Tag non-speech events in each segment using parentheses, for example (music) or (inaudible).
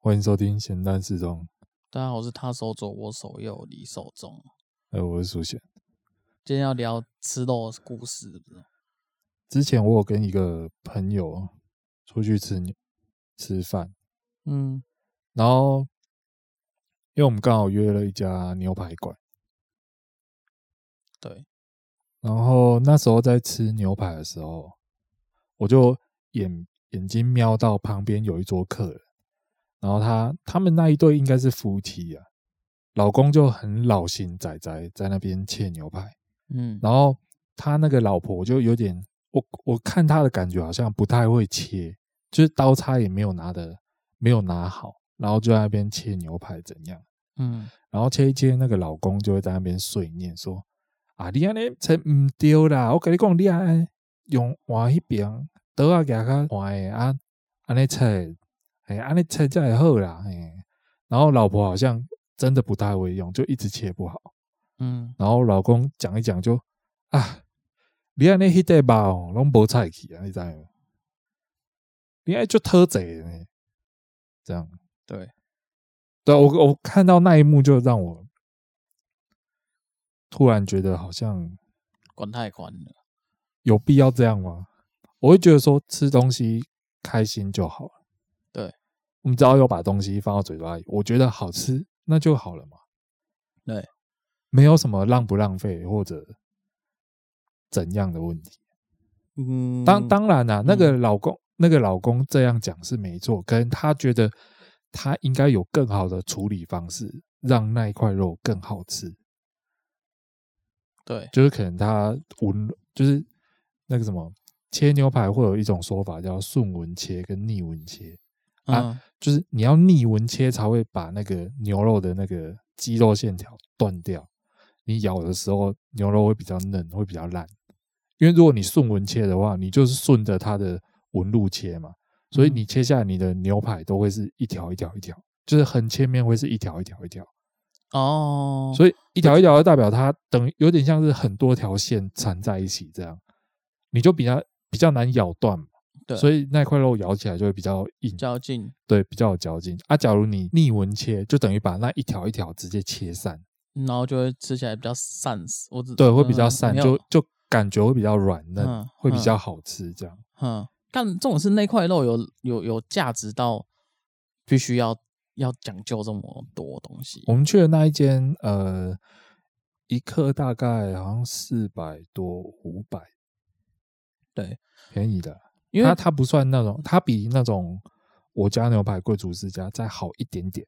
欢迎收听咸蛋时钟，大啊家好，我是他手左，我手右，你手中。呃，我是苏贤。今天要聊吃肉的故事，是不是之前我有跟一个朋友出去吃牛吃饭，嗯然后因为我们刚好约了一家牛排馆，对，然后那时候在吃牛排的时候，我就眼眼睛瞄到旁边有一桌客人，然后他他们那一对应该是夫妻啊，老公就很老型仔仔在那边切牛排。嗯，然后他那个老婆就有点，我我看他的感觉好像不太会切，就是刀叉也没有拿的，没有拿好，然后就在那边切牛排怎样，嗯，然后切一切，那个老公就会在那边碎念说：“啊，你安尼才唔对啦！我跟你讲，你安用换迄边刀啊，夹较换的啊，安尼切，哎，安尼切才会好啦。”嘿，然后老婆好像真的不太会用，就一直切不好。嗯，然后老公讲一讲就啊，你安尼迄块肉哦，拢无菜去啊，你知无？你安就偷贼呢，这样。对，对啊我我看到那一幕就让我突然觉得好像管太宽了，有必要这样吗？我会觉得说吃东西开心就好了。对，我们只要有把东西放到嘴巴里，我觉得好吃那就好了嘛。对，没有什么浪不浪费或者怎样的问题。嗯，当当然啦、那个老公、那个老公这样讲是没错，跟他觉得他应该有更好的处理方式，让那一块肉更好吃。对，就是可能他纹，就是那个什么切牛排会有一种说法叫顺纹切跟逆纹切，啊嗯，就是你要逆纹切才会把那个牛肉的那个肌肉线条断掉。你咬的时候，牛肉会比较嫩，会比较烂。因为如果你顺纹切的话，你就是顺着它的纹路切嘛，所以嗯你切下来你的牛排都会是一条一条一条，就是横切面会是一条一条一条。哦，以所以一条一条的代表它等于有点像是很多条线缠在一起这样，你就比较比较难咬断嘛。对所以那块肉咬起来就会比较硬，较劲，对，比较有嚼劲。啊，假如你逆纹切，就等于把那一条一条直接切散，然后就会吃起来比较散，我只嗯对，会比较散，没有就就感觉会比较软嫩，嗯会比较好吃这样。嗯，但这种是那块肉有有有价值到必须要要讲究这么多东西，我们去的那一间，呃，一克大概好像四百多五百，对，便宜的。因它为它不算那种，它比那种我家牛排贵族之家再好一点点，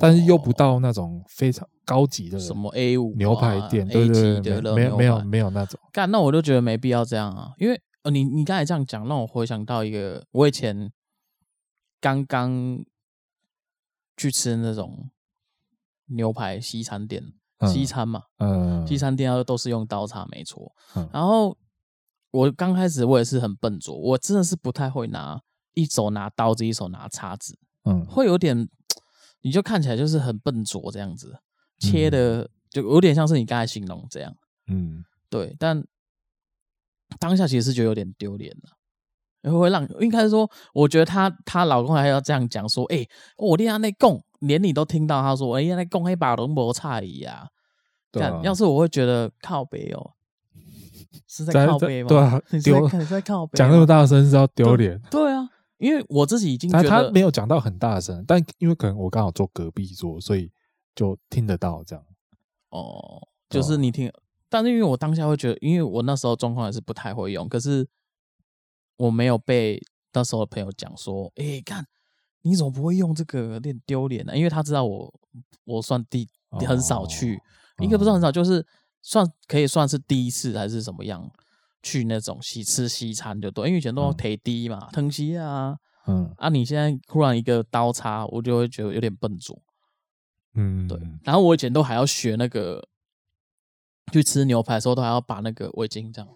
但是又不哦到那种非常高级的什么 A 五嗯啊牛排店，对对对，没没有没有没有那种，干，那我就觉得没必要这样啊，因为呃，你你刚才这样讲，让我回想到一个，我以前刚刚去吃那种牛排西餐店，嗯西餐嘛，嗯，西餐店要都是用刀叉，没错。嗯然后我刚开始我也是很笨拙，我真的是不太会拿，一手拿刀子，一手拿叉子，嗯会有点，你就看起来就是很笨拙这样子，切的就有点像是你刚才形容这样。嗯对，但当下其实是觉得有点丢脸了。会会让应该是说，我觉得她她老公还要这样讲说，哎、我练那供，连你都听到他说，哎、欸，那供黑把龙博差异啊，对啊干要是我会觉得靠北哦，是在在靠在北吗？对啊 (laughs) 你是丢在看你在靠北，讲那么，大声是要丢脸，对啊，因为我自己已经觉但得他没有讲到很大声，但因为可能我刚好坐隔壁桌，所以就听得到这样。哦，就是你听，但是因为我当下会觉得，因为我那时候状况也是不太会用，可是我没有被那时候的朋友讲说，哎、看你怎么不会用这个，有点丢脸呢、啊因为他知道我我算第很少去，哦应该不是很少，就是算可以算是第一次还是什么样。去那种西吃西餐就对，因为以前都要嗯提低嘛，藤西啊嗯啊！你现在突然一个刀叉，我就会觉得有点笨拙。嗯，对，然后我以前都还要学那个，去吃牛排的时候都还要把那个围巾这样，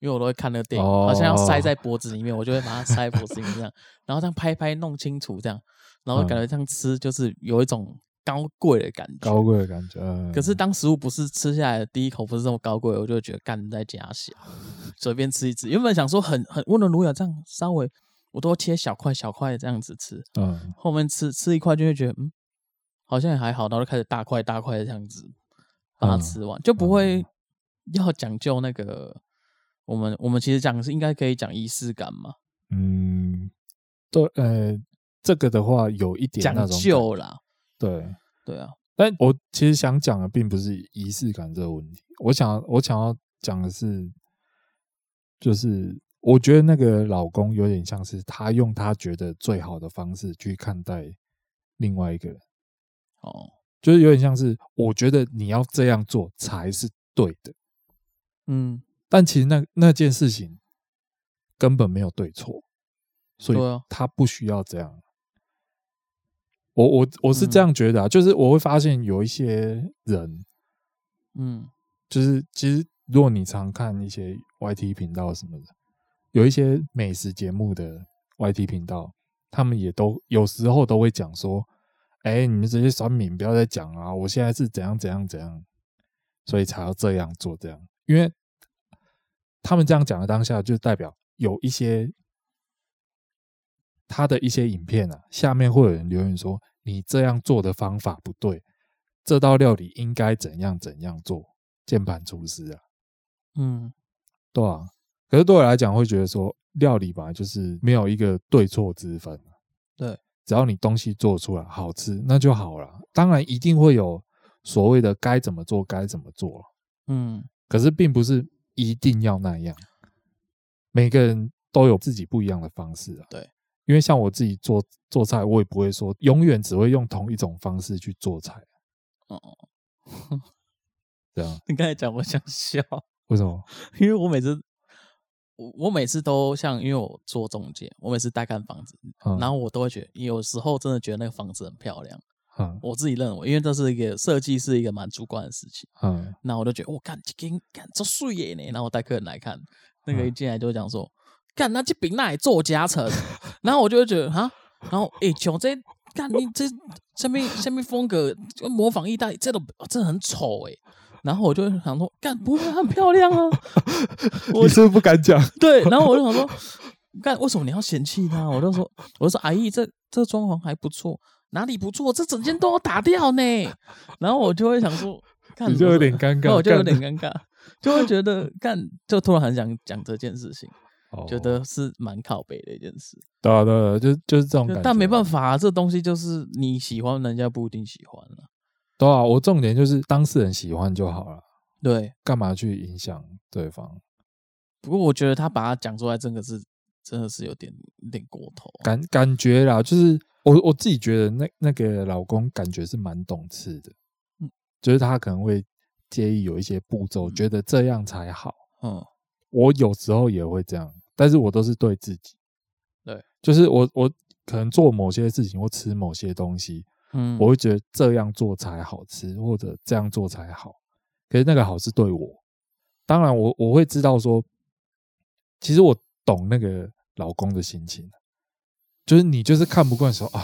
因为我都会看那个电影，哦好像要塞在脖子里面，我就会把它塞脖子里面这 (laughs) 样，然后这样拍一拍弄清楚这样，嗯然后感觉这样吃就是有一种高贵的感觉。高贵的感觉。嗯可是当食物不是吃下来的第一口不是这么高贵，我就会觉得干在假小，随便吃一吃。原本想说很很温文儒雅这样稍微我都切小块小块这样子吃，嗯，后面吃吃一块就会觉得嗯，好像也还好，然后就开始大块大块的这样子把它嗯吃完，就不会 (laughs) 要讲究那个。我们我们其实讲的是应该可以讲仪式感嘛，嗯，对，呃，这个的话有一点那讲种感究啦，对。对啊，但我其实想讲的并不是仪式感这个问题，我想我想要讲的是，就是我觉得那个老公有点像是他用他觉得最好的方式去看待另外一个人，哦，就是有点像是我觉得你要这样做才是对的，嗯，但其实那那件事情根本没有对错，所以对啊他不需要这样。我我我是这嗯样觉得啊，就是我会发现有一些人，嗯，就是其实如果你常看一些 YT 频道什么的，有一些美食节目的 YT 频道，他们也都有时候都会讲说：“哎、你们这些酸民不要再讲啊，我现在是怎样怎样怎样，所以才要这样做这样。”因为他们这样讲的当下，就代表有一些他的一些影片啊，下面会有人留言说：“你这样做的方法不对，这道料理应该怎样怎样做。”键盘厨师啊，嗯，对啊。可是对我来讲，会觉得说料理本来就是没有一个对错之分、啊对，只要你东西做出来好吃，那就好了。当然一定会有所谓的该怎么做该怎么做，嗯， (laughs) 可是并不是一定要那样。每个人都有自己不一样的方式啊。对，因为像我自己做做菜，我也不会说永远只会用同一种方式去做菜。啊哦，这样你刚才讲我想笑，啊为什么？因为我每次我我每次都像，因为我做中介，我每次带看房子，嗯 (laughs) 然后我都会觉得，有时候真的觉得那个房子很漂亮，嗯我自己认为，因为这是一个设计是一个蛮主观的事情，嗯那我就觉得，我干这间干这素耶呢，然后我带客人来看，那个嗯一进来就讲说，干那这饼那也做加成，然后我就会觉得哈，然后诶，像这干你这下面下面风格就模仿意大利，这都哦这很丑诶。然后我就想说，干不会很漂亮啊，我 (laughs) 你是不是不敢讲？ (laughs) 对，然后我就想说， (laughs) 干为什么你要嫌弃他？我就说，我就说阿姨，这这装潢还不错，哪里不错？这整间都要打掉呢。然后我就会想说，干你就我有点尴那尬，我就有干点尴尬，就会觉得干，就突然很想讲这件事情，觉哦得是蛮靠北的一件事。对啊，对啊，就就是这种就感觉。但没办法，法、啊，这东西就是你喜欢，人家不一定喜欢啊。对啊，我重点就是当事人喜欢就好了，对，干嘛去影响对方？不过我觉得他把它讲出来，真的是真的是有点有点过头啊、感感觉啦，就是我我自己觉得那那个老公感觉是蛮懂事的，嗯就是他可能会介意有一些步骤，觉得这样才好。嗯，我有时候也会这样，但是我都是对自己，对，就是我我可能做某些事情或吃某些东西，嗯，我会觉得这样做才好吃，或者这样做才好。可是那个好是对我，当然我我会知道说，其实我懂那个老公的心情，就是你就是看不惯说啊，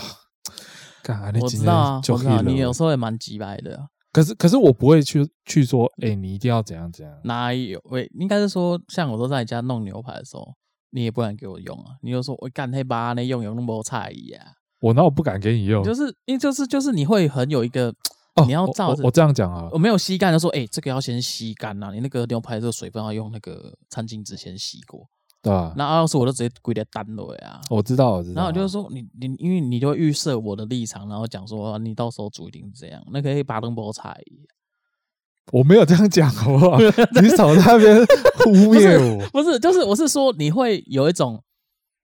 干你我今知天道啊，就我知道啊，你黑了欸有时候也蛮急白的啊，可是可是我不会去去说，哎、你一定要怎样怎样，哪有？喂，应该是说，像我都在你家弄牛排的时候，你也不敢给我用啊，你就说我干黑吧，那用用那么菜一啊，我哪有不敢给你用？就是因为就是就是你会很有一个，哦你要我照我着我这样讲啊我，没有吸干就说，哎、这个要先吸干呐、啊，你那个牛排这个水分要用那个餐巾纸先吸过。对吧、那要是我就直接跪在单了啊。啊我知道，我知道。啊然后我就是说你你，因为你就会预设我的立场，然后讲说、啊你到时候煮一定是这样，那可以把灯包菜。啊我没有这样讲，好不好？你少在那边污蔑我。 (laughs) 不是，就是我是说，你会有一种，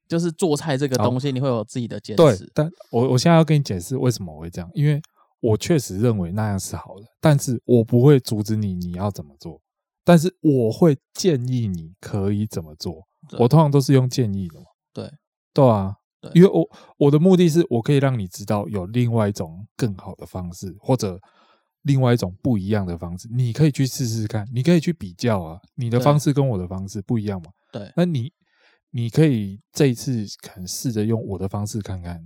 就是做菜这个东西，你会有自己的坚对持，。但我我现在要跟你解释为什么我会这样，因为我确实认为那样是好的，但是我不会阻止你你要怎么做，但是我会建议你可以怎么做。对我通常都是用建议的嘛。对，对啊，对因为我我的目的是我可以让你知道有另外一种更好的方式，或者另外一种不一样的方式，你可以去试试看，你可以去比较啊，你的对方式跟我的方式不一样嘛。对那你你可以这一次可能试着用我的方式看看，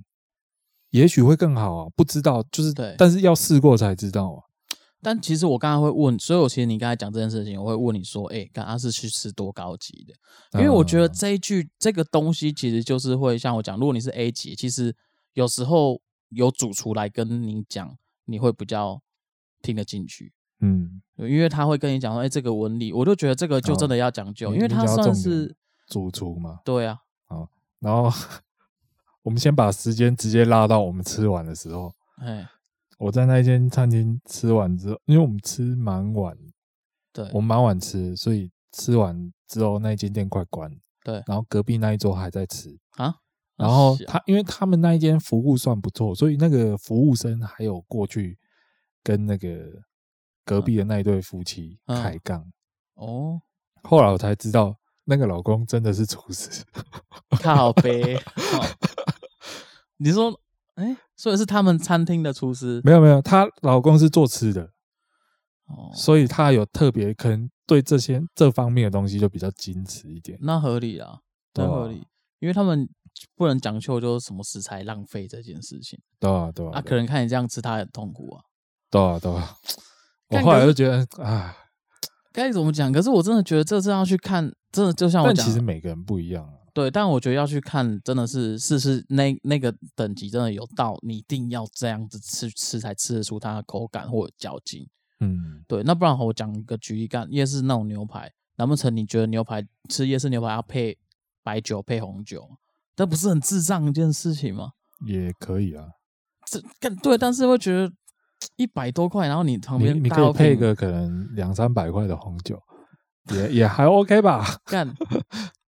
也许会更好啊，不知道就是对但是要试过才知道啊。但其实我刚才会问，所以我其实你刚才讲这件事情，我会问你说，哎、刚刚是去吃多高级的？因为我觉得嗯这一句这个东西其实就是会像我讲，如果你是 A 级，其实有时候有主厨来跟你讲，你会比较听得进去，嗯，因为他会跟你讲说，哎、这个纹理，我就觉得这个就真的要讲究，你因为你它讲到算重点是主厨嘛，对啊，然后我们先把时间直接拉到我们吃完的时候。哎，我在那一间餐厅吃完之后，因为我们吃蛮晚，对我们蛮晚吃，所以吃完之后那一间店快关了。对然后隔壁那一桌还在吃，啊，然后是啊他因为他们那一间服务算不错，所以那个服务生还有过去跟那个隔壁的那一对夫妻嗯开杠。哦，后来我才知道，那个老公真的是厨师， (laughs) 靠背，哦你说，哎、所以是他们餐厅的厨师嗯没有没有，她老公是做吃的，哦，所以她有特别可能对这些这方面的东西就比较矜持一点。那合理啊，对那啊合理，因为他们不能讲究就是什么食材浪费这件事情对啊对啊，啊，可能看你这样吃，他很痛苦啊。对啊对啊。我干后来可就是觉得啊，该怎么讲？可是我真的觉得这是要去看，真的就像我但讲其的，实每个人不一样啊。对，但我觉得要去看，真的是是是那那个等级真的有到，你一定要这样子吃吃才吃得出它的口感或者嚼劲。嗯，对，那不然我讲一个举例干，夜市那种牛排，难不成你觉得牛排吃夜市牛排要配白酒配红酒吗？这不是很智障一件事情吗？也可以啊。这干对，但是会觉得一百多块，然后你旁你边你大可以家配给一个可能两三百块的红酒，也也还 OK 吧？ (laughs) 干，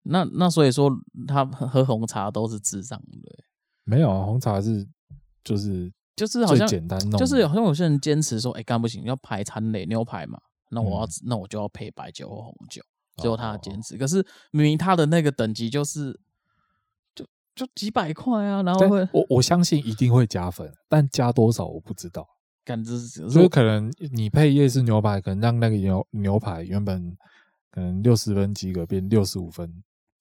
那那所以说他喝红茶都是智障欸对，没有啊，红茶是就是就是好最像简单弄的，就是好像有些人坚持说，哎、干不行，要排餐类牛排嘛，那我要、嗯那我就要配白酒或红酒，最后他的哦坚持。可是明明他的那个等级就是就就几百块啊，然后但会我我相信一定会加分，但加多少我不知道。感知只所以是可能你配夜市牛排，可能让那个牛牛排原本可能六十分及格变六十五分，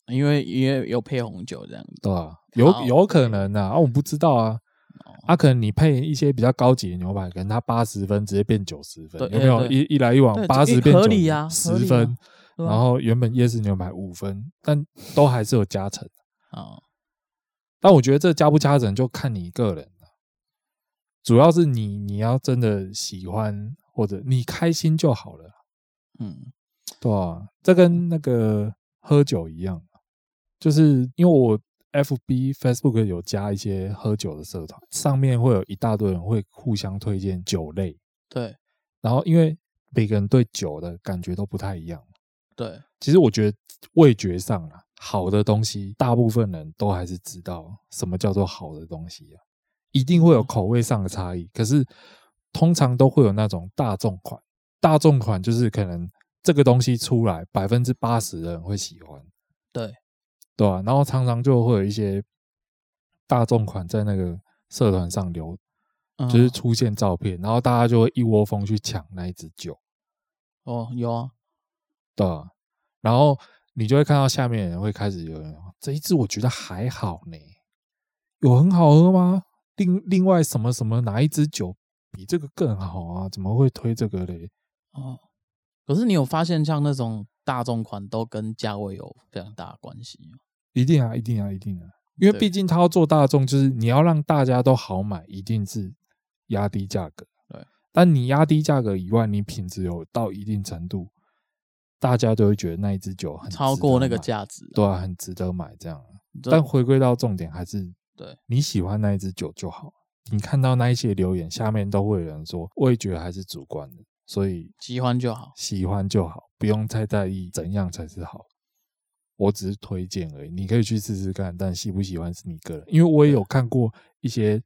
因为因为有配红酒这样子，对吧、有好哦有可能啊，啊，我不知道啊。啊，可能你配一些比较高级的牛排，可能它八十分直接变九十分，对有没有？对对一一来一往对，哦八十这变合九理啊十合理啊分，对然吧？后原本夜市牛排五分，但都还是有加成。啊，但我觉得这加不加成就看你个人了，主要是你你要真的喜欢或者你开心就好了，嗯，对啊？这跟那个喝酒一样，啊就是因为我 F B Facebook 有加一些喝酒的社团，上面会有一大堆人会互相推荐酒类，对然后因为每个人对酒的感觉都不太一样。对，其实我觉得味觉上啊，好的东西，大部分人都还是知道什么叫做好的东西啊，一定会有口味上的差异。可是通常都会有那种大众款，大众款就是可能这个东西出来，百分之八十的人会喜欢，对对吧、然后常常就会有一些大众款在那个社团上流，嗯就是出现照片，然后大家就会一窝蜂去抢那一支酒。哦，有啊，对啊，然后你就会看到下面的人会开始有人这一支我觉得还好呢，有很好喝吗？另另外什么什么哪一支酒比这个更好啊？怎么会推这个嘞？哦，可是你有发现像那种大众款都跟价位有非常大的关系吗一定啊，一定啊，一定啊！因为对毕竟他要做大众，就是你要让大家都好买，一定是压低价格。对，但你压低价格以外，你品质有到一定程度，大家都会觉得那一支酒很超值过得那个买，价值啊、对啊，很值得买这样啊。这但回归到重点，还是对你喜欢那一支酒就好。你看到那一些留言下面都会有人说，味觉还是主观的，所以喜欢就好。喜欢就好，不用太在意怎样才是好。我只是推荐而已，你可以去试试看，但喜不喜欢是你个人。因为我也有看过一些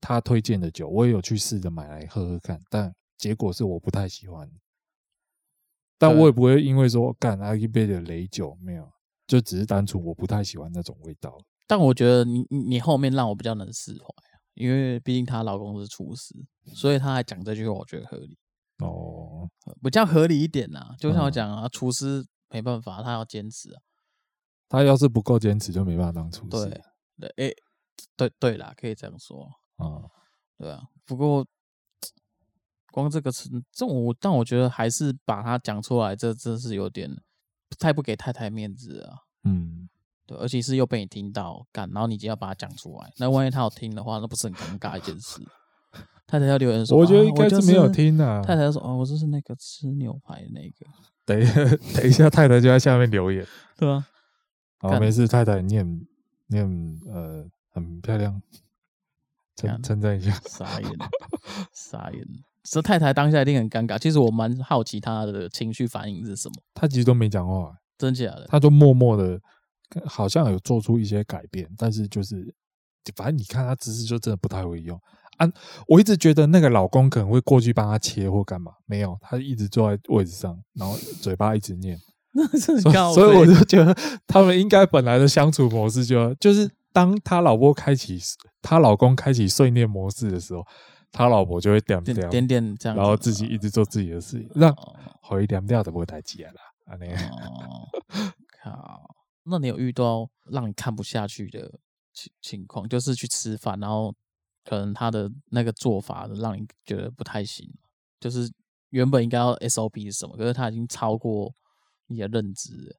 他推荐的酒，我也有去试着买来喝喝看，但结果是我不太喜欢。但对我也不会因为说干阿一杯的雷酒没有，就只是单纯我不太喜欢那种味道。但我觉得你你你后面让我比较能释怀啊，因为毕竟她老公是厨师，所以她还讲这句话，我觉得合理，哦，呃比较合理一点啦、就像我嗯讲啊，厨师没办法，他要坚持啊。他要是不够坚持，就没办法当厨师对对，诶、对对啦，可以这样说，啊。对啊。不过光这个词，这我但我觉得还是把它讲出来，这真是有点太不给太太面子了啊。嗯，对，而且是又被你听到，干，然后你就要把它讲出来，那万一他有听的话，那不是很尴尬一件事？太太要留言说，我觉啊得应该就是没有听啊。太太就说：“哦，我就是那个吃牛排的那个，等一下，等一下，太太就在下面留言。对啊，好，干没事，太太，你很你很呃很漂亮，称干称赞一下。傻眼，傻眼。”这太太当下一定很尴尬。其实我蛮好奇她的情绪反应是什么，他其实都没讲话，真假的？他就默默的，好像有做出一些改变，但是就是反正你看他姿势就真的不太会用啊。我一直觉得那个老公可能会过去帮他切或干嘛，没有，他一直坐在位置上，然后嘴巴一直念。那是所以告所以诉我你就觉得他们应该本来的相处模式就就是当他老婆开启她老公开启碎念模式的时候，他老婆就会点点掉，点点这样子，啊然后自己一直做自己的事情，让哦回点掉的不会太急啦。啊，那哦， (laughs) 靠！那你有遇到让你看不下去的情情况？就是去吃饭，然后可能他的那个做法让你觉得不太行，就是原本应该要 SOP 是什么，可是他已经超过你的认知了，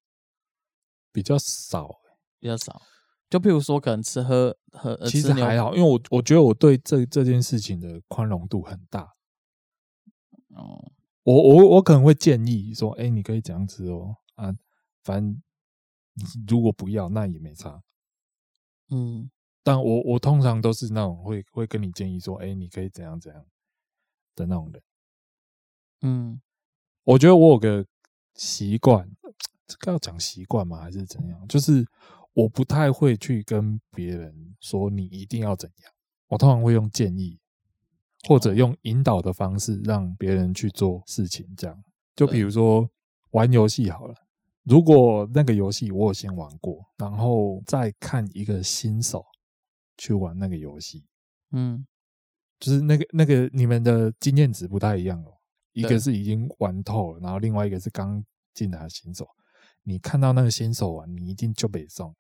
比较少，比较少。就譬如说，可能吃喝喝，呃其吃实牛还好，因为我我觉得我对这这件事情的宽容度很大。哦，我我我可能会建议说，哎、你可以这样吃哦，啊，反正你如果不要，那也没差。嗯，但我我通常都是那种会会跟你建议说，哎、你可以怎样怎样的那种人。嗯，我觉得我有个习惯，这个要讲习惯吗？还是怎样？就是我不太会去跟别人说你一定要怎样，我通常会用建议或者用引导的方式让别人去做事情。这样，就比如说玩游戏好了。如果那个游戏我有先玩过，然后再看一个新手去玩那个游戏，嗯，就是那个那个你们的经验值不太一样哦，一对个是已经玩透了，然后另外一个是刚进来的新手。你看到那个新手玩，你一定就北送，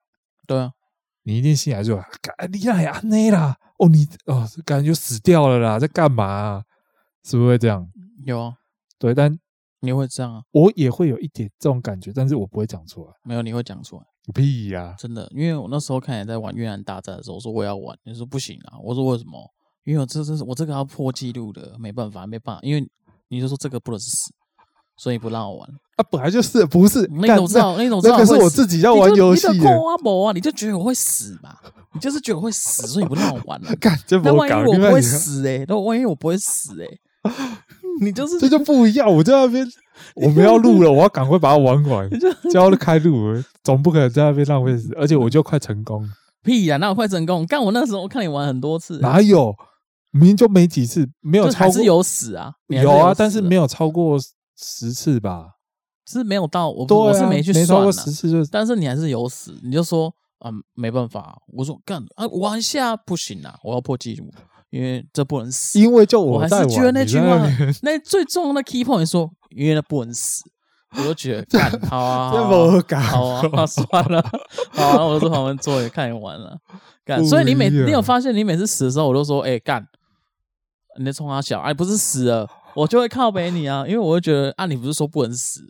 对啊，你一定心里就啊干厉害啊那啦，哦你哦感觉死掉了啦，在干嘛、啊？是不是会这样？有啊，对，但你会这样啊？我也会有一点这种感觉，但是我不会讲出来。没有，你会讲出来。屁呀、真的，因为我那时候看你在玩越南大战的时候，我说我也要玩，你说不行啊，我说为什么？因为我这这是我这个要破纪录的，没办法，没办法，因为你就说这个不能是死，所以不让我玩。啊，本来就是不是？那你干怎么知道？那你怎么知那道可是会我死自己要玩游戏你耶。就扣阿伯啊，你就觉得我会死嘛？你就是觉得我会死，所以你不让我玩、啊干，这那不万一搞，我另外不会一个死哎、欸，那万一我不会死哎、 (laughs) (laughs) 你 (laughs) 就是这就不一样。我在那边，我们要录了，我要赶快把它玩 (laughs) 完，就要开录了，总不可能在那边浪费时。而且我就快成功了，屁呀、那我快成功！干我那时候我看你玩很多次，哪有？明明就没几次，没有就还超是过有死啊，你还有啊，死但是啊没有超过十次吧？是没有到我不、对啊，我是没去算、啊、超过十次就是但是你还是有死，你就说啊、没办法、我说干啊，玩一下不行啊，我要破纪录，因为这不能死。因为就我还在是玩，觉得那你句在话边那最重要的 key point 说，因为那不能死，我就觉得干好啊， (laughs) 这好啊么搞，好啊，好啊算了， (laughs) 好啊，那我就坐旁边坐着看你玩了。干，不所以你每一样你有发现你每次死的时候，我都说，哎、干，你在冲他小，哎、不是死了，我就会靠北你啊，因为我会觉得啊，你不是说不能死，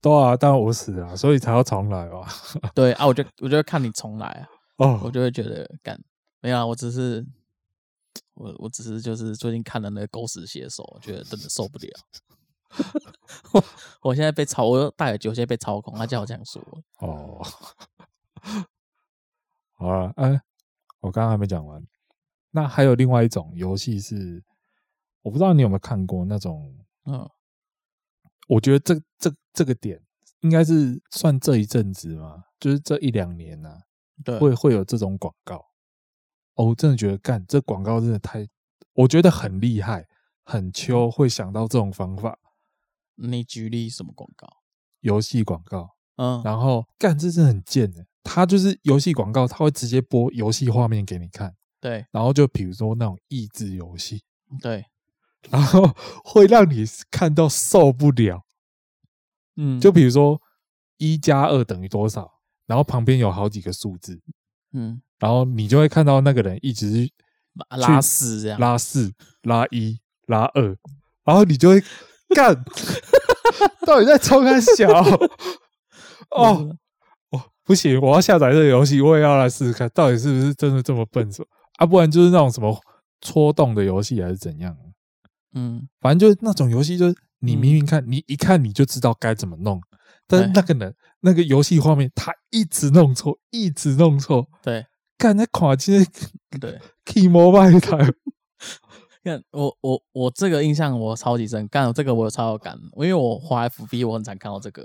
对啊，但我死了，所以才要重来嘛。对啊，我就我就会看你重来啊。我哦，就会觉得干没有、啊，我只是我我只是就是最近看了那个《狗屎写手》，我觉得真的受不了。 (laughs) 我我现在被操，我又戴耳机，我现在被操控，他叫我这样说。哦，好了，哎，我刚刚还没讲完。那还有另外一种游戏是，我不知道你有没有看过那种，嗯，我觉得这这这个点应该是算这一阵子嘛，就是这一两年呐、对，会会有这种广告。哦，我真的觉得干这广告真的太，我觉得很厉害，很秋会想到这种方法，你举例什么广告？游戏广告。嗯，然后干这是很贱的，它就是游戏广告，它会直接播游戏画面给你看，对然后就比如说那种益智游戏， (laughs) 对，然后会让你看到受不了。嗯，就比如说一加二等于多少，然后旁边有好几个数字，嗯然后你就会看到那个人一直拉拉屎这样，拉四、拉一、拉二，然后你就会干， (laughs) 到底在冲他小？哦嗯哦，不行，我要下载这个游戏，我也要来试试看，到底是不是真的这么笨手啊？不然就是那种什么戳动的游戏还是怎样？嗯，反正就是那种游戏，就是你嗯明明看，你一看你就知道该怎么弄，但是对那个人那个游戏画面他一直弄错，一直弄错，对干那垮今天 (laughs) 对。 key mobile 台，看我我我这个印象我超级深，干这个我有超有感，因为我滑 FB 我很常看到这个，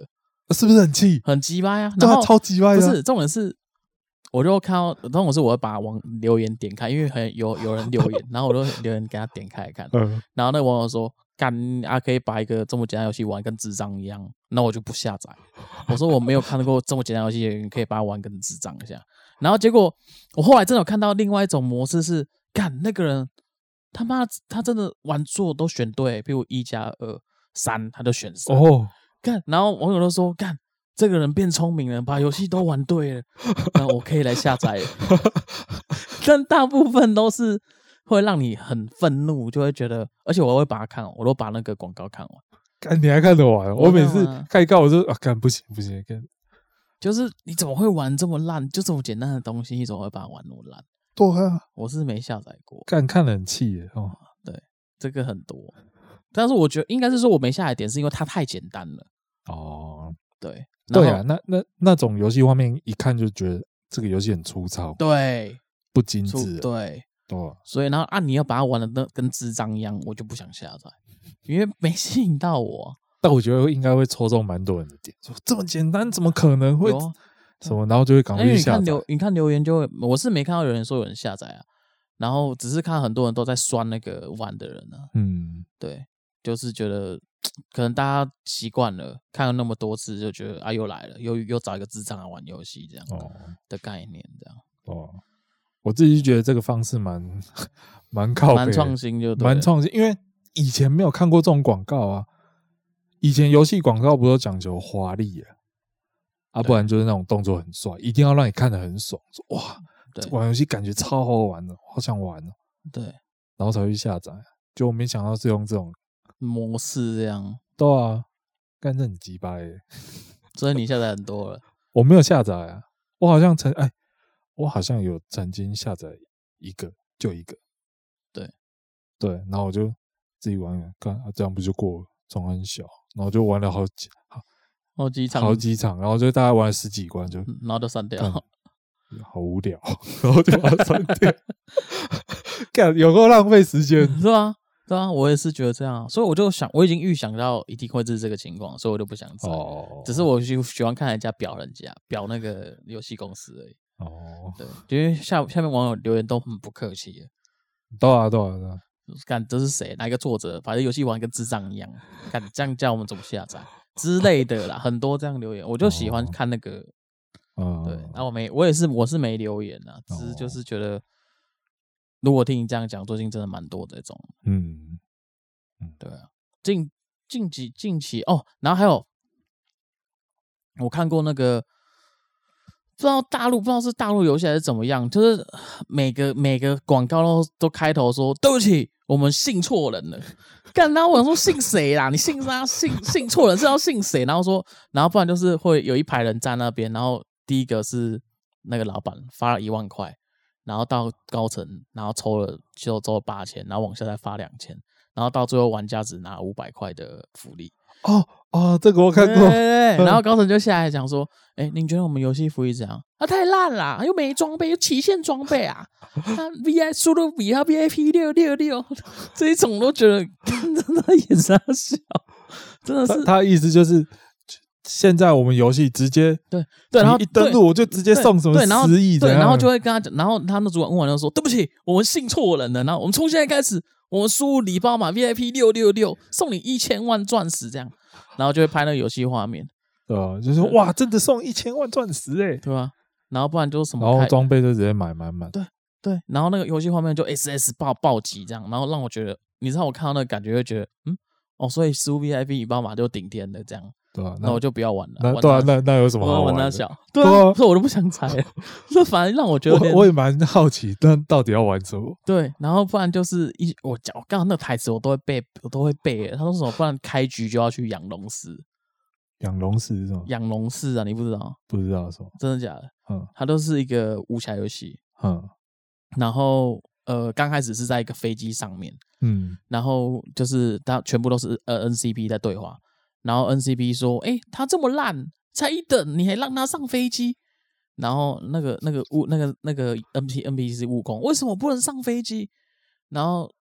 是不是很气？很鸡巴呀。对然啊后，超级歪不的啊，是重点是，我就看到，重点是我会把网留言点开，因为很有有人留 (laughs) 言，然后我就留言给他点开来看，嗯，然后那个网友说：“干啊，可以把一个这么简单的游戏玩跟智障一样，那我就不下载。”我说：“我没有看过这么简单的游戏，你可以把它玩跟智障一样。”然后结果我后来真的有看到另外一种模式是，干那个人他妈他真的玩做都选对，譬如一加二三，他就选三。哦，干，然后网友都说：“干，这个人变聪明了，把游戏都玩对了，那我可以来下载了。” (laughs) 但大部分都是会让你很愤怒，就会觉得，而且我会把它看完，我都把那个广告看完，干你还看得完？我我每看次完啊看一看，我就啊，干不行不行，干就是你怎么会玩这么烂？就这么简单的东西，你怎么会把它玩那么烂？对啊，我是没下载过干看得很气耶哦，这个很多，但是我觉得应该是说我没下载点，是因为它太简单了。哦，对，然对后啊，，那那那种游戏画面一看就觉得这个游戏很粗糙，对，不精出致，对，对啊，所以然后啊，你要把它玩的跟跟智障一样，我就不想下载，因为没吸引到我。但我觉得应该会戳中蛮多人的点，说这么简单怎么可能会有啊什么，然后就会赶因快为去你下看载留，你看留言就会，我是没看到有人说有人下载啊，然后只是看很多人都在酸那个玩的人啊，嗯，对，就是觉得可能大家习惯了，看了那么多次就觉得啊又来了，又又找一个智障来玩游戏这样哦的概念，这样哦，我自己就觉得这个方式蛮 (laughs) 蛮靠蛮北创的新就对了蛮创新，因为以前没有看过这种广告啊。以前游戏广告不都讲究华丽啊，啊，对不然就是那种动作很帅，一定要让你看得很爽，说哇，对这玩游戏感觉超好玩的，好想玩哦，对然后才去下载。就我没想到是用这种，模式这样，对啊，干这很鸡欸巴耶！所以你下载很多了，我没有下载啊，我好像曾哎，我好像有曾经下载一个，就一个，对对，然后我就自己玩一玩，看、啊、这样不就过了，总很小，然后就玩了好几好好几场，好几场，然后就大概玩了十几关，就哦嗯然后就删掉。干嗯好无聊，然后就把它删掉， (laughs) 干有够浪费时 (laughs) 间，是啊，对啊，我也是觉得这样啊，所以我就想，我已经预想到一定会是这个情况，所以我就不想载。哦，只是我喜喜欢看人家表人家表那个游戏公司而已。哦，对，因为下下面网友留言都很不客气耶，对啊，对啊，对啊，看这是谁，哪一个作者，反正游戏玩跟智障一样，看这样叫我们怎么下载之类的啦，很多这样留言，我就喜欢哦看那个。嗯，对，那我没，我也是，我是没留言啊，只是哦就是觉得，如果听你这样讲，最近真的蛮多这种。嗯，对啊，近近期近期哦，然后还有我看过那个，不知道大陆不知道是大陆游戏还是怎么样，就是每个每个广告都都开头说对不起，我们信错人了。干，然后我想说信谁啦？你信啥？信信错人是要信谁？然后说，然后不然就是会有一排人站那边，然后第一个是那个老板发了一万块，然后到高层，然后抽了就抽了八千，然后往下再发两千，然后到最后玩家只拿五百块的福利。哦哦，这个我 (laughs) 看对过对，(laughs) 对对嗯然后高层就下来讲说：“哎、您觉得我们游戏福利怎样？啊，太烂啦，又没装备，又期限装备啊，啊，VI 输入比啊 VIP 六六六这一种，我都觉得真的眼傻笑，真的他是他的意思就是，现在我们游戏直接对对，然后你一登对录我就直接送什么对，然后十亿怎对，样然后就会跟他讲，然后他们主管问完就说：“对不起，我们信错人了。”然后我们从现在开始，我们输入礼包码 VIP 六六六，送你一千万钻石这样，然后就会拍那个游戏画面，对啊，就是说哇，真的送一千万钻石哎、对吧？然后不然就是什然么后开装备就直接买满满，对，然后那个游戏画面就 SS 暴暴击这样，然后让我觉得，你知道我看到那个感觉会觉得，嗯，哦，所以输入 VIP 礼包码就顶天了这样，对吧？那我就不要玩了。那玩对啊，它那那有什么我好要玩玩它的？小，对对啊，啊这我都不想 (laughs) 猜了，这反而让我觉得有点我我也蛮好奇，但到底要玩什么？对，然后不然就是一我讲，我刚刚那台词我都会背，我都会背。他说什么？不然开局就要去养龙寺，养龙石是什么？养龙寺啊，你不知道？不知道什么？真的假的？嗯它都是一个武侠游戏。嗯然后呃，刚开始是在一个飞机上面，嗯然后就是它全部都是呃 NCP 在对话，然后 NCP 说：“哎、他这么烂，才一等，你还让他上飞机？”然后那个那个悟那个那个 N P N P C 悟空为什么不能上飞机？然后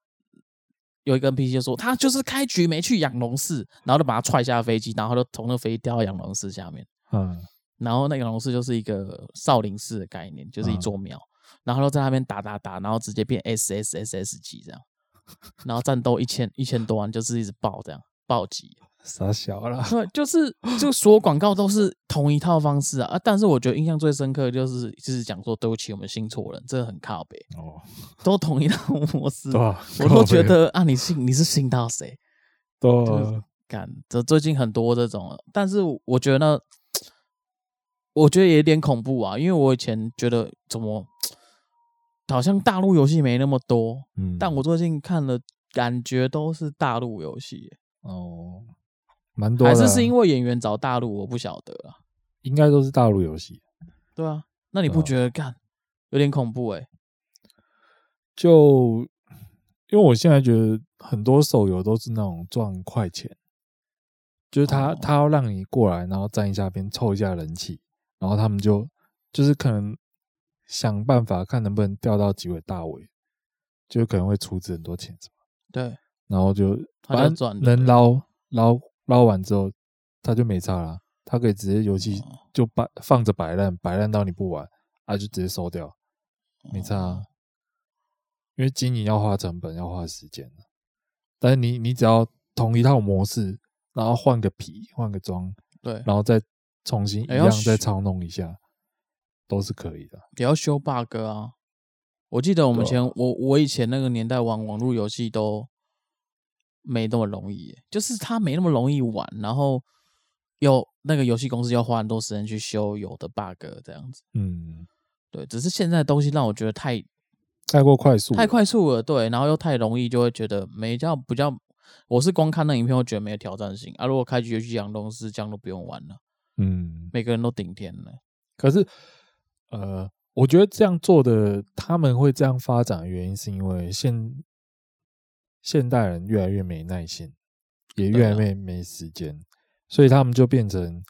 有一个 N P C 就说他就是开局没去养龙寺，然后就把他踹下飞机，然后就从那飞机掉到养龙寺下面。 (laughs) 嗯然后那个龙寺就是一个少林寺的概念，就是一座庙，然后都在那边打打打，然后直接变 S S S S 级 (laughs) 这样，然后战斗一千一千多万，就是一直爆这样暴击。傻小啦。对，就是就所有广告都是同一套方式啊啊！但是我觉得印象最深刻的就是就是讲说对不起，我们信错人，这个很靠北，哦，都同一套模式，对啊，我都觉得啊，你信你是信到谁？靠北就对是啊干，这最近很多这种，但是我觉得呢，我觉得也有点恐怖啊，因为我以前觉得怎么好像大陆游戏没那么多，嗯，但我最近看了，感觉都是大陆游戏，哦，蛮多还的啊，是是因为演员找大陆，我不晓得啊。应该都是大陆游戏。对啊，那你不觉得干有点恐怖哎、就因为我现在觉得很多手游都是那种赚快钱，就是他、哦他要让你过来，然后站一下边凑一下人气，然后他们就就是可能想办法看能不能钓到几尾大尾，就可能会出资很多钱什么，对，然后就他就反赚正对能捞捞捞完之后，他就没差啦，他可以直接游戏哦就摆放着摆烂，摆烂到你不玩，啊就直接收掉。没差、哦啊，因为经营要花成本，要花时间的。但是你你只要同一套模式，然后换个皮，换个装，对，然后再重新一哎要样学再操弄一下，都是可以的。也要修 bug 啊。我记得我们以对前，我我以前那个年代玩网络游戏都没那么容易耶，就是它没那么容易玩，然后又那个游戏公司要花很多时间去修有的 bug 这样子。嗯，对，只是现在的东西让我觉得太太过快速了，太快速了，对，然后又太容易，就会觉得没叫不叫。我是光看那影片，我觉得没有挑战性啊。如果开局就去养东西，这样都不用玩了，嗯，每个人都顶天了。可是，呃，我觉得这样做的，他们会这样发展的原因，是因为现现代人越来越没耐心，也对越来啊越没时间，所以他们就变成，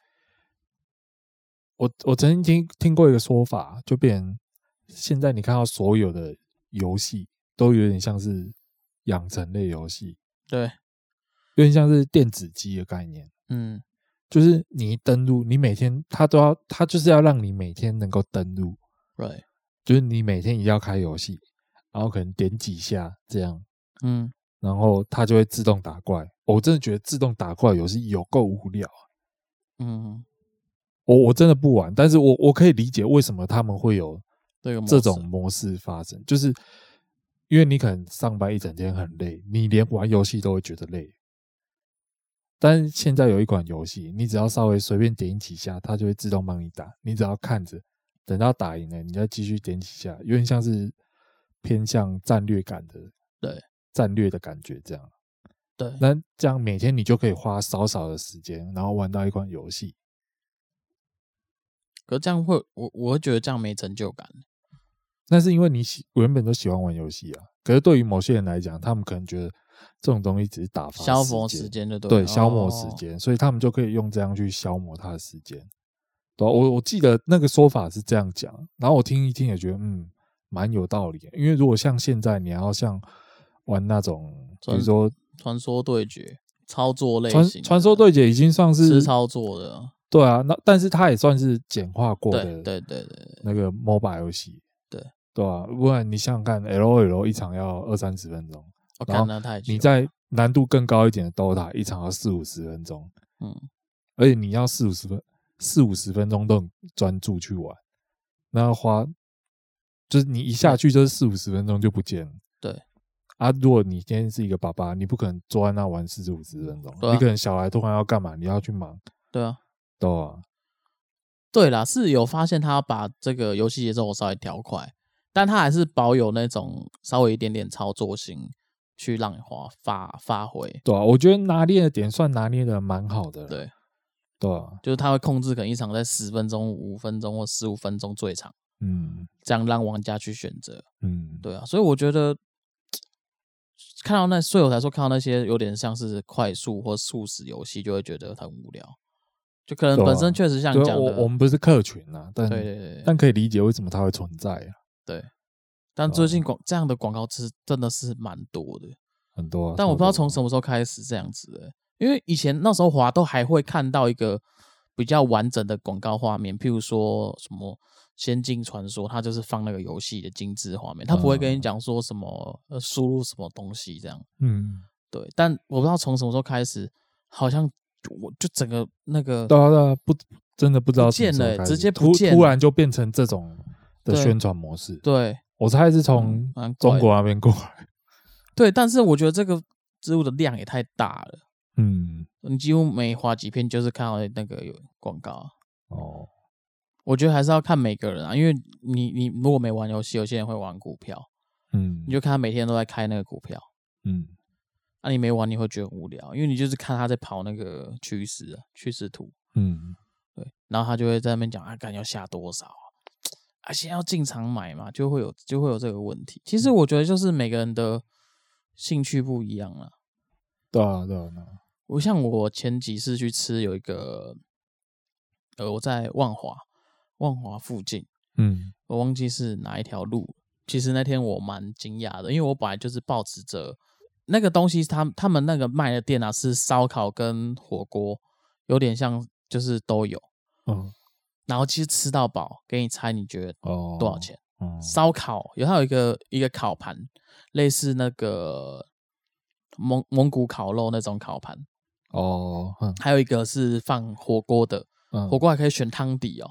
我我曾经听听过一个说法，就变成现在你看到所有的游戏都有点像是养成类游戏，对，有点像是电子机的概念。嗯，就是你一登录，你每天他都要，他就是要让你每天能够登录，对，就是你每天一定要开游戏，然后可能点几下这样，嗯，然后它就会自动打怪。哦我真的觉得自动打怪游戏有够无聊啊，嗯，我我真的不玩，但是我我可以理解为什么他们会有这个模这式种模式发生，就是因为你可能上班一整天很累，你连玩游戏都会觉得累。但现在有一款游戏，你只要稍微随便点几下，它就会自动帮你打。你只要看着，等到打赢了，你再继续点几下，有点像是偏向战略感的，对战略的感觉这样。对，那这样每天你就可以花少少的时间，然后玩到一款游戏。可是这样会，我我会觉得这样没成就感。啊那是因为你喜原本就喜欢玩游戏啊。可是对于某些人来讲，他们可能觉得这种东西只是打发消磨时时，间就对了，对，消磨时哦。间，所以他们就可以用这样去消磨他的时间。对啊、我我记得那个说法是这样讲，然后我听一听也觉得嗯，蛮有道理的。因为如果像现在你要像玩那种，比如传说传说对决操作类传型的，传说对决已经算是是操作的，对啊，那但是它也算是简化过对的对对对那个 MOBA 游戏，对对啊，不然你想想看，L O L 一场要二三十分钟，我然看后那太久你在难度更高一点的 DOTA 一场要四五十分钟，嗯而且你要四五十分四五十分钟都很专注去玩，那要花就是你一下去就是四五十分钟就不见了。对啊，如果你今天是一个爸爸，你不可能坐在那玩四十五十分钟，对啊你可能小孩突然要干嘛，你要去忙，对啊，对啊，对啦，是有发现他把这个游戏节奏稍微调快，但他还是保有那种稍微一点点操作性，去让你发发发挥。对啊，我觉得拿捏的点算拿捏的蛮好的啦，对，对啊，就是他会控制可能一场在十分钟、五分钟或十五分钟最长，嗯这样让玩家去选择。嗯，对啊，所以我觉得看到那，所以我才说看到那些有点像是快速或速食游戏，就会觉得很无聊。就可能对啊本身确实像对你啊，讲的，我我们不是客群啊，但对对对对，但可以理解为什么它会存在啊，但最近广这样的广告词真的是蛮多的，很多啊。但我不知道超多从啊什么时候开始这样子的、因为以前那时候滑都还会看到一个比较完整的广告画面，譬如说什么《仙境传说》，它就是放那个游戏的精致画面，它不会跟你讲说什么呃输入什么东西这样。嗯，对，但我不知道从什么时候开始，好像我就整个那个对啊对啊，不真的不知道不什么见时候了开直始接不突见突了然就变成这种的对宣传模式，对我猜是从嗯蛮怪中国那边过来，对，但是我觉得这个植物的量也太大了，嗯，你几乎每滑几片就是看到那个有广告啊。哦，我觉得还是要看每个人啊，因为你你如果没玩游戏，有些人会玩股票，嗯你就看他每天都在开那个股票，嗯啊，你没玩你会觉得很无聊，因为你就是看他在跑那个趋势啊，趋势图，嗯，对，然后他就会在那边讲啊，干要下多少啊，啊，现在要进场买嘛，就会有就会有这个问题。其实我觉得就是每个人的兴趣不一样了。对啊对啊，对啊我像我前几次去吃有一个，呃，我在万华，万华附近，嗯我忘记是哪一条路。其实那天我蛮惊讶的，因为我本来就是抱持着那个东西他，他们那个卖的店啊是烧烤跟火锅，有点像就是都有。嗯然后其实吃到饱，给你猜，你觉得哦，多少？钱？嗯，烧烤有它有一个一个烤盘，类似那个蒙蒙古烤肉那种烤盘，哦，嗯还有一个是放火锅的，嗯火锅还可以选汤底哦，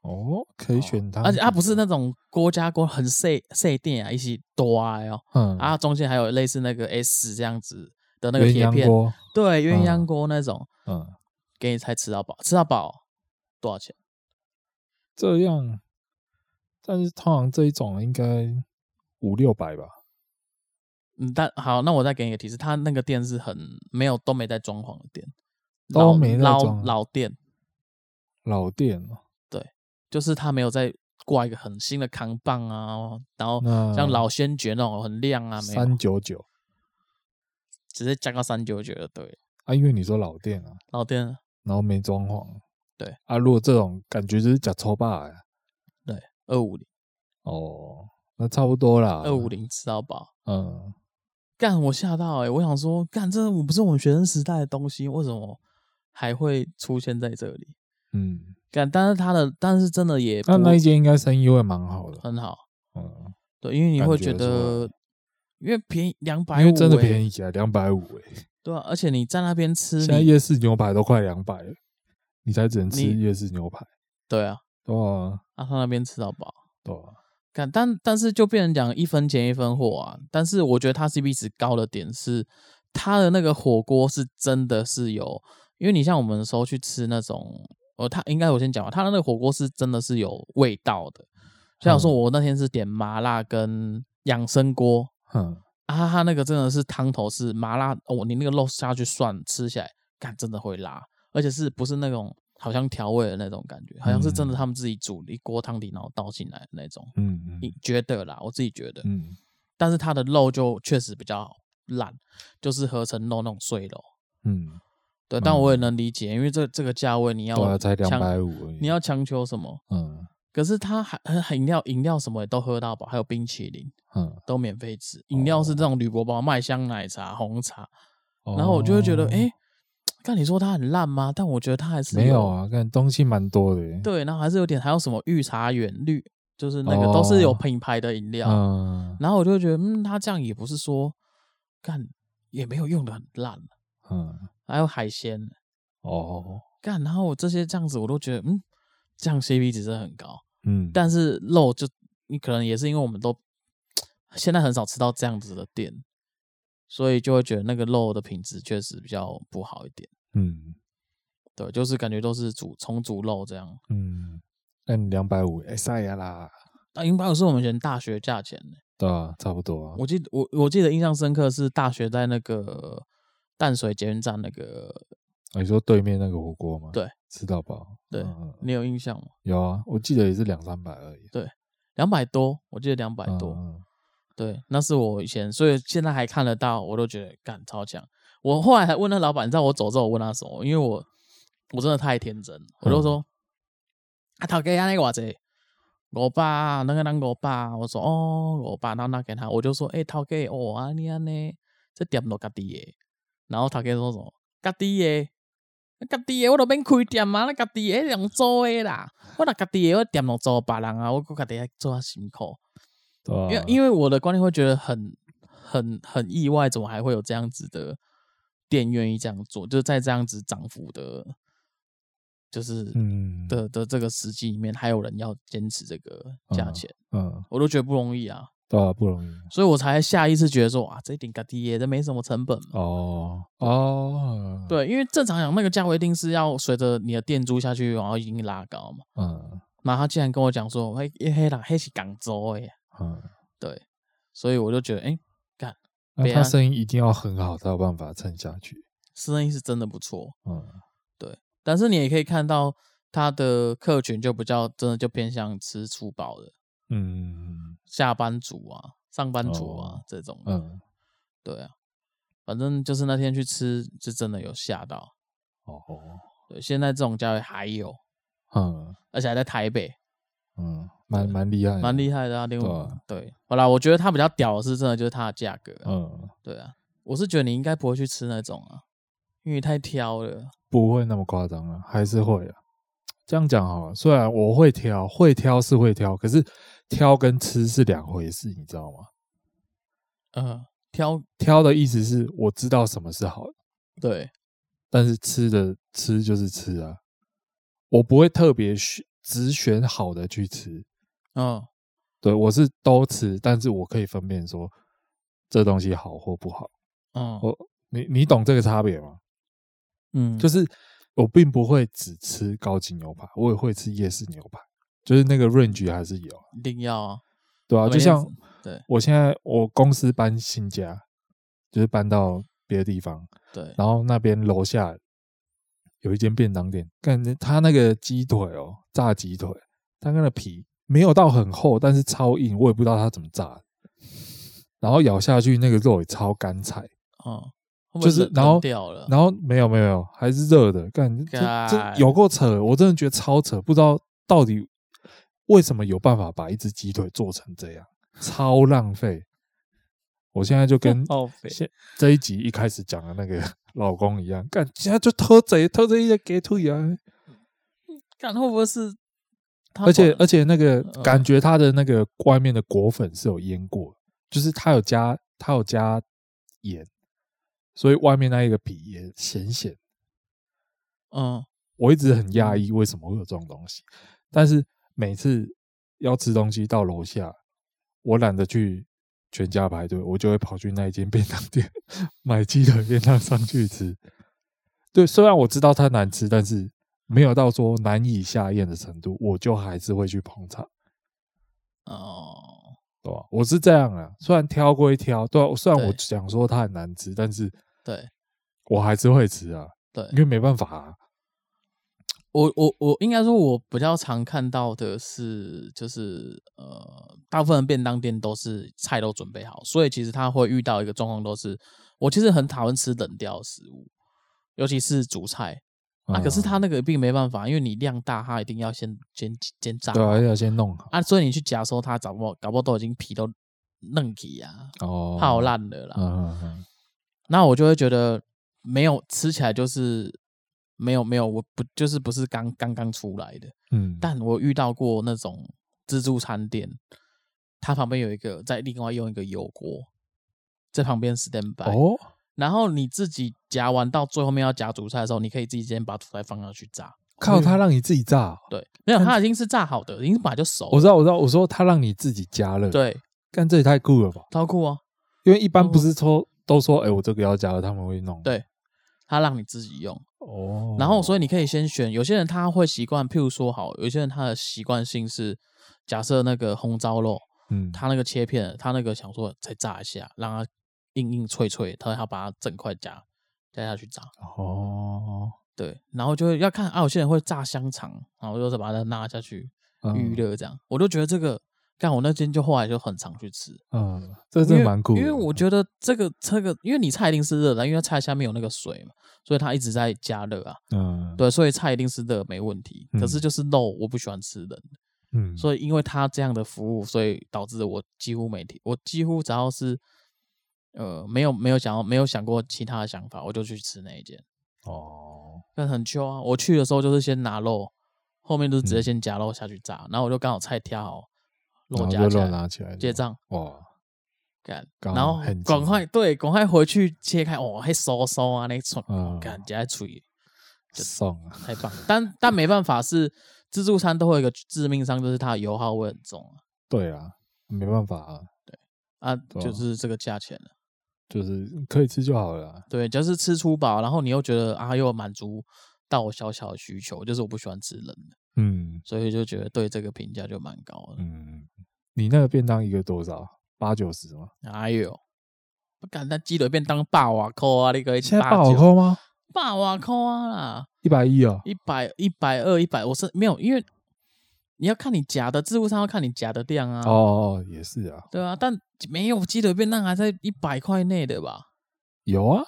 哦，可以选它，而且它不是那种锅加锅很碎碎店啊，一起多啊哦，嗯啊中间还有类似那个 S 这样子的那个鸳铁鸯片，锅，对鸳鸯嗯锅那种，嗯，给你猜吃到饱，吃到饱多少钱？这样，但是通常这一种应该五六百吧，嗯，但好，那我再给你一个提示，他那个店是很没有都没在装潢的店，都老没在老装啊老店，老店哦就是他没有在挂一个很新的扛棒啊，然后那像老先觉那种很亮啊，没有三，九九直接加到三九九就对了，啊，因为你说老店啊，老店然后没装潢，对啊，如果这种感觉就是假抽霸欸二五零哦，那差不多啦，二五，零吃到饱，嗯，干我吓到哎、我想说干这我不是我们学生时代的东西，为什么还会出现在这里？嗯，干，但是他的但是真的也不那那一间应该生意会蛮好的，很好，嗯，对，因为你感会觉觉出得来。因为便宜两百五，因欸为真的宜。便宜起来两百五哎，对啊，而且你在那边吃现在你，夜市牛排都快两百，你才只能吃你夜市牛排，对啊，对啊，啊，他那边吃到饱。对啊，看，但但是就变成讲一分钱一分货啊。但是我觉得它 CP 值高的点是，它的那个火锅是真的是有，因为你像我们的时候去吃那种，呃，它应该我先讲吧，它的那个火锅是真的是有味道的。像我说，嗯我那天是点麻辣跟养生锅嗯，啊，它那个真的是汤头是麻辣哦，你那个肉下去涮吃起来，干真的会辣，而且是不是那种好像调味的那种感觉，好像是真的嗯他们自己煮一锅汤底然后倒进来的那种。嗯嗯你觉得啦，我自己觉得，嗯，但是它的肉就确实比较烂，就是合成肉那种碎肉。嗯，对，但我也嗯能理解，因为这这个价位你要对啊，才两强百五而已。你要强求什么？嗯可是它还呃还饮料饮料什么也都喝到饱，还有冰淇淋嗯，都免费吃。饮料哦是这种铝箔包麦香奶茶、红茶，然然后我就会觉得，哎、看你说它很烂吗？但我觉得它还是哦没有啊，看东西蛮多的耶。对，然后还是有点，还有什么御茶园绿，就是那个都是有哦品牌的饮料。嗯然后我就会觉得，嗯，他这样也不是说干也没有用的很烂，嗯，还有海鲜哦，干，然后我这些这样子我都觉得，嗯，这样 CP 值真的很高，嗯，但是肉就你可能也是因为我们都现在很少吃到这样子的店，所以就会觉得那个肉的品质确实比较不好一点。嗯，对，就是感觉都是煮重煮肉这样。嗯，嗯，两百五，哎，塞呀啦，那零八五是我们以前大学价钱呢、对啊，差不多啊。我记得我我记得印象深刻是大学在那个淡水捷运站那个，啊你说对面那个火锅吗？对，吃到饱。对嗯嗯你有印象吗？有啊，我记得也是两三百而已。两百多，我记得两百多。嗯嗯对，那是我以前，所以现在还看得到，我都觉得干超强。我后来还问那老板，你知道我走之后我问他什么？因为我我真的太天真了，我就说、啊，头给他那个我这我爸啊那个那我爸，我说哦我爸，然后拿给他，我就说哎头给哦啊你啊呢，这店都家己的，然后头给说什么家己的。家己的我都免开店啊，那家己的两租的啦。我若家己的我店都租别人啊，我搁家己的做啊辛苦。对啊，因为因为我的观念会觉得很很很意外，怎么还会有这样子的店愿意这样做？就是在这样子涨幅的，就是嗯的的这个时机里面，还有人要坚持这个价钱，嗯，我都觉得不容易啊，对啊，不容易。所以我才下意识觉得说，哇，这一顶嘎低耶，这没什么成本嘛。哦哦，，对，因为正常讲那个价位一定是要随着你的店租下去，然后一定拉高嘛。嗯然后他竟然跟我讲说，嘿，嘿啦，嘿是港州哎，嗯，对，所以我就觉得，哎、那北他啊生意一定要很好才有办法撑下去。生意是真的不错。嗯但是你也可以看到他的客群就比较真的就偏向吃粗饱的嗯下班族啊、上班族啊、哦这种的。嗯，对啊，反正就是那天去吃是真的有吓到。哦，对，现在这种价位还有，嗯而且还在台北，嗯，蛮蛮厉害，蛮厉害的啊。嗯另对外啊，对，好啦，我觉得它比较屌的是真的就是它的价格、啊。嗯，对啊，我是觉得你应该不会去吃那种啊，因为太挑了。不会那么夸张了，还是会啊。这样讲好了，虽然我会挑，会挑是会挑，可是挑跟吃是两回事，你知道吗？嗯、挑挑的意思是我知道什么是好的，对但是吃的吃就是吃啊，我不会特别选只选好的去吃，嗯对我是都吃，但是我可以分辨说这东西好或不好。嗯我你你懂这个差别吗？嗯，就是是我并不会只吃高级牛排，我也会吃夜市牛排，就是那个 range 还是有，一定要啊。对啊，每就天像对我现在我公司搬新家，就是搬到别的地方，对，然后那边楼下有一间便当店，感觉他那个鸡腿哦，炸鸡腿，它那个皮没有到很厚，但是超硬，我也不知道它怎么炸的。然后咬下去，那个肉也超干柴，嗯，会不会就是冷然后冷掉了，然后没有没有没有，还是热的，干这这嗯干有够扯，我真的觉得超扯，不知道到底为什么有办法把一只鸡腿做成这样，超浪费。我现在就 (laughs) 跟耗费现这一集一开始讲的那个 (laughs) 老公一样，干现在就偷贼偷贼一些给腿啊，看会不会是他管？而且而且那个嗯感觉它的那个外面的果粉是有腌过，就是它有加它有加盐，所以外面那一个皮也咸咸。嗯我一直很讶异为什么会有这种东西，但是每次要吃东西到楼下，我懒得去全家排队，我就会跑去那一间便当店买鸡腿便当上去吃。对，虽然我知道它难吃，但是没有到说难以下咽的程度，我就还是会去捧场，哦，对吧？我是这样啊，虽然挑归挑，对、啊，虽然我对讲说它很难吃，但是对我还是会吃啊，对，因为没办法啊。我我我应该说，我比较常看到的是，就是呃，大部分的便当店都是菜都准备好，所以其实他会遇到一个状况，都是我其实很讨厌吃冷掉的食物，尤其是主菜啊。嗯可是他那个并没办法，因为你量大，他一定要先先先炸对啊，要先弄好啊，所以你去夹的时候，他搞不好搞不好都已经皮都嫩起啊，哦，泡烂了啦。嗯嗯嗯。那我就会觉得没有吃起来就是没有没有，我不就是不是刚刚刚出来的。嗯，但我遇到过那种自助餐店，它旁边有一个在另外用一个油锅在旁边 stand by，、哦，然后你自己夹完到最后面要夹主菜的时候，你可以自己先把主菜放上去炸。靠，他让你自己炸哦，对，没有，它已经是炸好的，已经本来就熟了。我知道，我知道，我说他让你自己加热，，对，干这也太酷了吧？超酷啊！因为一般不是说都说，哎，我这个要加热，他们会弄，对他让你自己用。哦，然后所以你可以先选，有些人他会习惯，譬如说好，有些人他的习惯性是假设那个红糟肉，嗯，他那个切片，他那个想说再炸一下，让它硬硬脆脆，他要把它整块夹夹下去炸。哦，对，然后就会要看啊，有些人会炸香肠，然后就是把它拉下去嗯预热这样，我都觉得这个。干我那间就后来就很常去吃，嗯，这真的因为蛮酷的哦因为我觉得这个这个，因为你菜一定是热的，因为菜下面有那个水嘛，所以它一直在加热啊。嗯，对，所以菜一定是热没问题。可是嗯就是肉，我不喜欢吃人，嗯，所以因为他这样的服务，所以导致我几乎每天，我几乎只要是呃没有没有想要没有想过其他的想法，我就去吃那一间，哦，但很秋啊。我去的时候就是先拿肉，后面就是直接嗯先夹肉下去炸，然后我就刚好菜挑好，肉然后夹就起肉来拿起来，结，账哇，干，刚然好后很赶近快对赶快回去切开，哦，还酥酥啊那一串，嗯干夹在嘴。爽啊，太棒了！但但没办法是，自助餐都会有一个致命伤，就是它的油耗会很重对啊，没办法啊，啊，啊啊就是这个价钱了。就是可以吃就好了啊，对，就是吃粗饱，然后你又觉得啊，又满足到我小小的需求，就是我不喜欢吃冷的，嗯所以就觉得对这个评价就蛮高的。嗯，你那个便当一个多少？八九十吗？哎呦，不敢那鸡腿便当霸瓦扣啊，那个一现在八八好九扣吗？霸瓦扣啊啦，一百一哦，一百一百二一百，我是没有，因为你要看你夹的自助餐，要看你夹的量啊。哦哦，也是啊，对啊，但没有鸡腿便当还在一百块内的吧？有啊，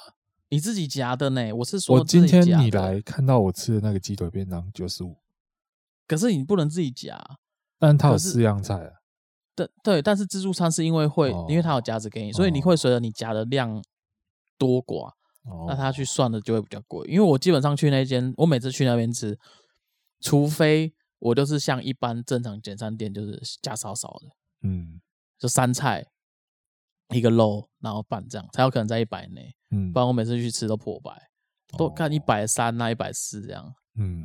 你自己夹的呢？我是说我今自己天夹你的，来看到我吃的那个鸡腿便当九十五，可是你不能自己夹。但它有可是四样菜啊，对对，但是自助餐是因为会，哦因为它有夹子给你，所以你会随着你夹的量多寡，哦那它去算的就会比较贵。因为我基本上去那间，我每次去那边吃，除非我就是像一般正常简餐店，就是加少少的，嗯就三菜一个肉，然后拌这样，才有可能在一百内。嗯不然我每次去吃都破百，都哦看一百三啊，一百四这样。嗯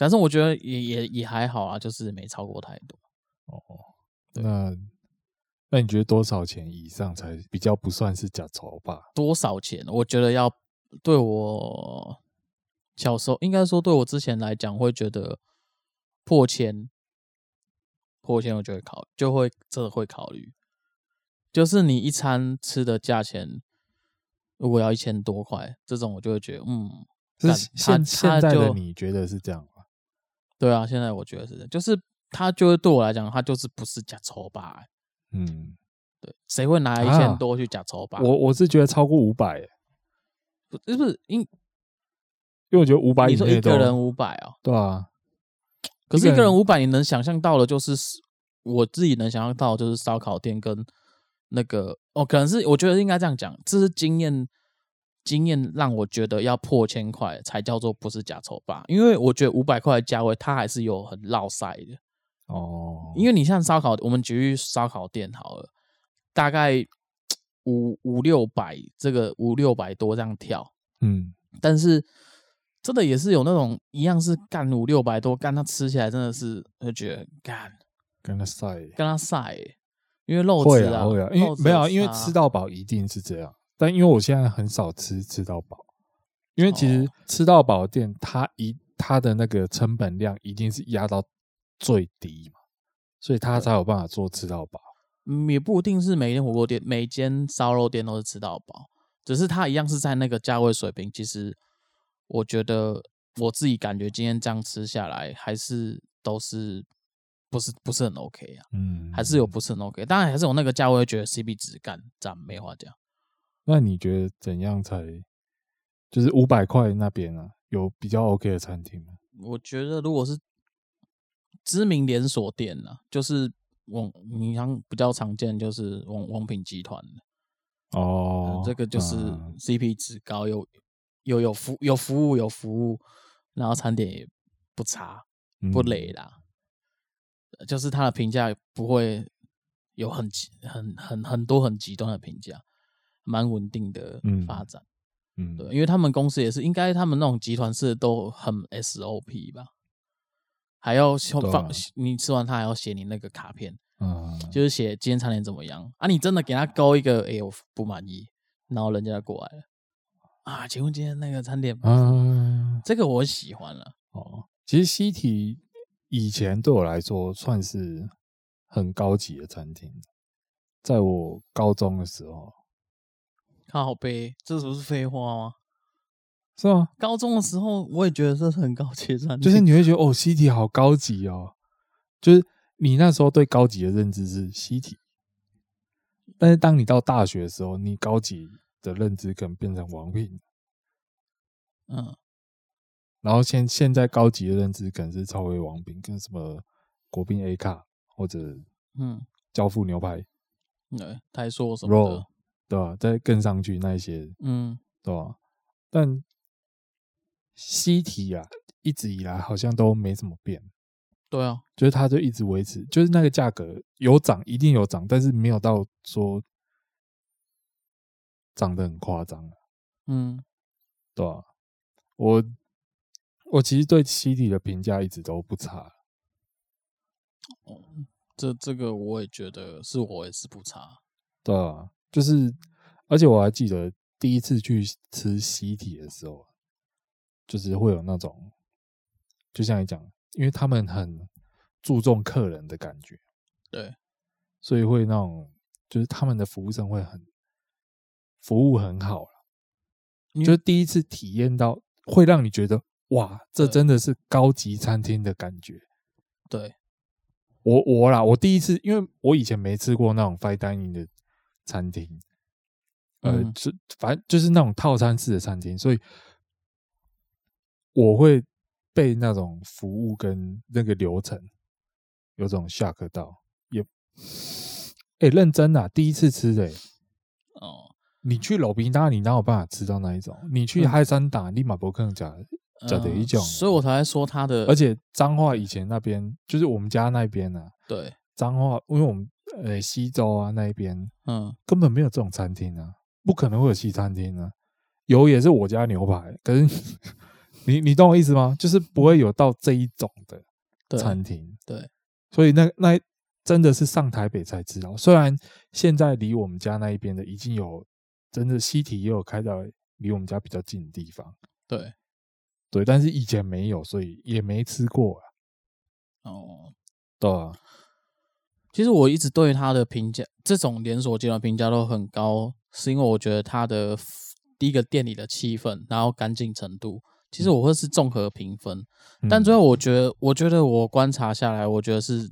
但是我觉得也也也还好啊，就是没超过太多。哦，那那你觉得多少钱以上才比较不算是假钞吧？多少钱？我觉得要对我小时候，应该说对我之前来讲，会觉得破千，破千我就会考，就会真的会考虑。就是你一餐吃的价钱，如果要一千多块，这种我就会觉得，嗯，是干他现现他在的就你觉得是这样吗？对啊，现在我觉得是这样，就是他就是对我来讲，他就是不是假筹吧？嗯，对，谁会拿一千啊多去假筹吧？我我是觉得超过五百，不是不是，因因为我觉得五百以你说一内都个人五百哦，对啊，可是一一个个人人五百，你能想象到的就是我自己能想象到的就是烧烤店跟那个哦，可能是我觉得应该这样讲，这是经验经验让我觉得要破千块才叫做不是假筹吧，因为我觉得五百块的价位它还是有很落塞的。哦，因为你像烧烤，我们举例烧烤店好了，大概五五六百，这个五六百多这样跳，嗯但是真的也是有那种一样是干五六百多，干它吃起来真的是会觉得干跟他晒跟它晒欸、因为肉会质啊会啊，因肉为质没有有啊，因为差吃到饱一定是这样，但因为我现在很少吃吃到饱，因为其实哦吃到饱的店它一它的那个成本量一定是压到最低嘛，所以它才有办法做吃到饱。嗯也不一定是每间火锅店、每间烧肉店都是吃到饱，只是它一样是在那个价位水平。其实我觉得我自己感觉今天这样吃下来，还是都是不是不是很 OK 啊，嗯还是有。不是很 OK。当然还是有那个价位觉得 CP 值干咱没话讲。那你觉得怎样才就是五百块那边啊，有比较 OK 的餐厅吗？我觉得如果是知名连锁店呢、啊，就是网你像比较常见就是王王品集团的。哦嗯，这个就是嗯 CP 值高，有有有服有服务有服务，然后餐点也不差嗯不累啦，就是它的评价不会有很极很很很多很极端的评价，蛮稳定的嗯发展。嗯，对，因为他们公司也是，应该他们那种集团式的都很 SOP 吧，还要对啊放你吃完它还要写你那个卡片，嗯，就是写今天餐点怎么样啊？你真的给他勾一个，哎、我不满意，然后人家就过来了啊，请问今天那个餐点，啊，这个我喜欢啊了，哦，其实西提以前对我来说算是很高级的餐厅，在我高中的时候，靠背，这不是废话吗？是吗？高中的时候我也觉得这是很高级的餐厅，就是你会觉得哦，西提好高级哦，就是你那时候对高级的认知是西提，但是当你到大学的时候，你高级的认知可能变成王品，嗯，然后现现在高级的认知可能是超威王品跟什么国宾 A 卡或者嗯，交付牛排对，台塑什么 roll 的，对吧？再更上去那一些嗯，对吧？但西提啊，一直以来好像都没怎么变，对啊，就是它就一直维持，就是那个价格有涨，一定有涨，但是没有到说涨得很夸张啊，嗯，对吧、我我其实对西体的评价一直都不差，这这个我也觉得是我也是不差，对吧、就是而且我还记得第一次去吃西体的时候，就是会有那种，就像你讲，因为他们很注重客人的感觉，对，所以会那种就是他们的服务生会很服务很好啦因为就是第一次体验到会让你觉得哇，这对真的是高级餐厅的感觉。对，我我啦，我第一次，因为我以前没吃过那种 fine dining 的餐厅，呃嗯，就反正就是那种套餐式的餐厅，所以我会被那种服务跟那个流程有种下课到，也，哎、认真啦，第一次吃的、欸哦，你去老兵大，你哪有办法吃到那一种？你去嗯嗨山打，立马不可能讲，讲的一种嗯，所以我才说他的，而且彰化以前那边，就是我们家那边啊，对，彰化，因为我们呃西周啊那一边嗯，根本没有这种餐厅啊，不可能会有西餐厅啊。有也是我家牛排，可是 (laughs) 你你懂我意思吗？就是不会有到这一种的对，餐厅，对，所以那那真的是上台北才知道。虽然现在离我们家那一边的已经有真的西体也有开到离我们家比较近的地方，对，对，但是以前没有，所以也没吃过、啊，哦，对啊，其实我一直对他的评价，这种连锁集团评价都很高，是因为我觉得他的 f- 第一个店里的气氛，然后干净程度，其实我会是综合评分。但嗯最后我觉得，我觉得我观察下来，我觉得是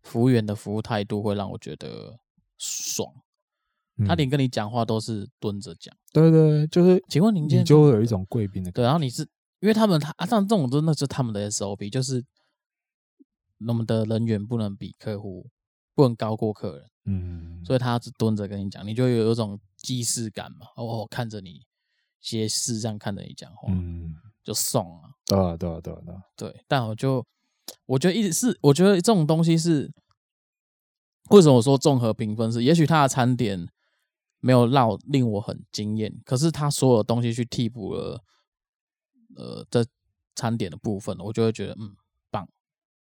服务员的服务态度会让我觉得爽，他嗯连跟你讲话都是蹲着讲。对对，对就是请问您今你天就会有一种贵宾的感对，然后你是因为他们他啊，像这种真的是他们的 SOP，就是我们的人员不能比客户，不能高过客人。觉，嗯，所以他是蹲着跟你讲，你就会有一种既视感嘛。哦，我看着你斜视这样看着你讲话，嗯，就送啊。对啊，对啊，对啊，对啊，对，但我就我觉得一直是，我觉得这种东西是为什么我说综合评分是，也许他的餐点没有让我令我很惊艳，可是他所有东西去替补了呃这餐点的部分，我就会觉得嗯棒，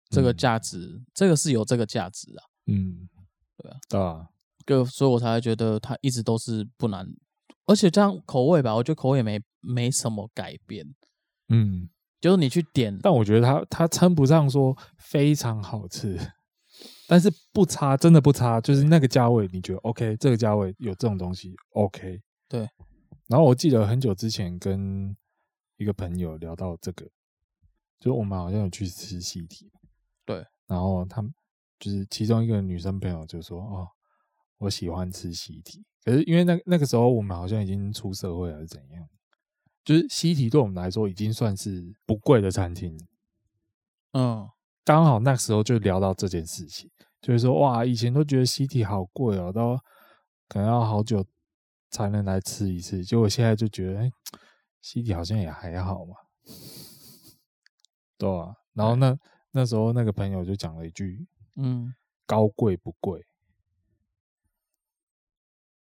这个嗯价值、这个是有这个价值啊。嗯，对啊，对啊，个，所以我才会觉得它一直都是不难，而且这样口味吧，我觉得口味也没没什么改变，嗯，就是你去点，但我觉得它它称不上说非常好吃，但是不差，真的不差，就是那个价位，你觉得 OK？这个价位有这种东西 OK？对。然后我记得很久之前跟一个朋友聊到这个，就是我们好像有去吃西提，对，然后他们就是其中一个女生朋友就说：“哦，我喜欢吃西提。”可是因为那那个时候我们好像已经出社会还是怎样，就是西提对我们来说已经算是不贵的餐厅了。嗯，刚好那时候就聊到这件事情，就是说哇，以前都觉得西体好贵哦，都可能要好久才能来吃一次，结果现在就觉得，哎，西体好像也还好嘛， (laughs) 对啊。然后那那时候那个朋友就讲了一句嗯， “高贵不贵”，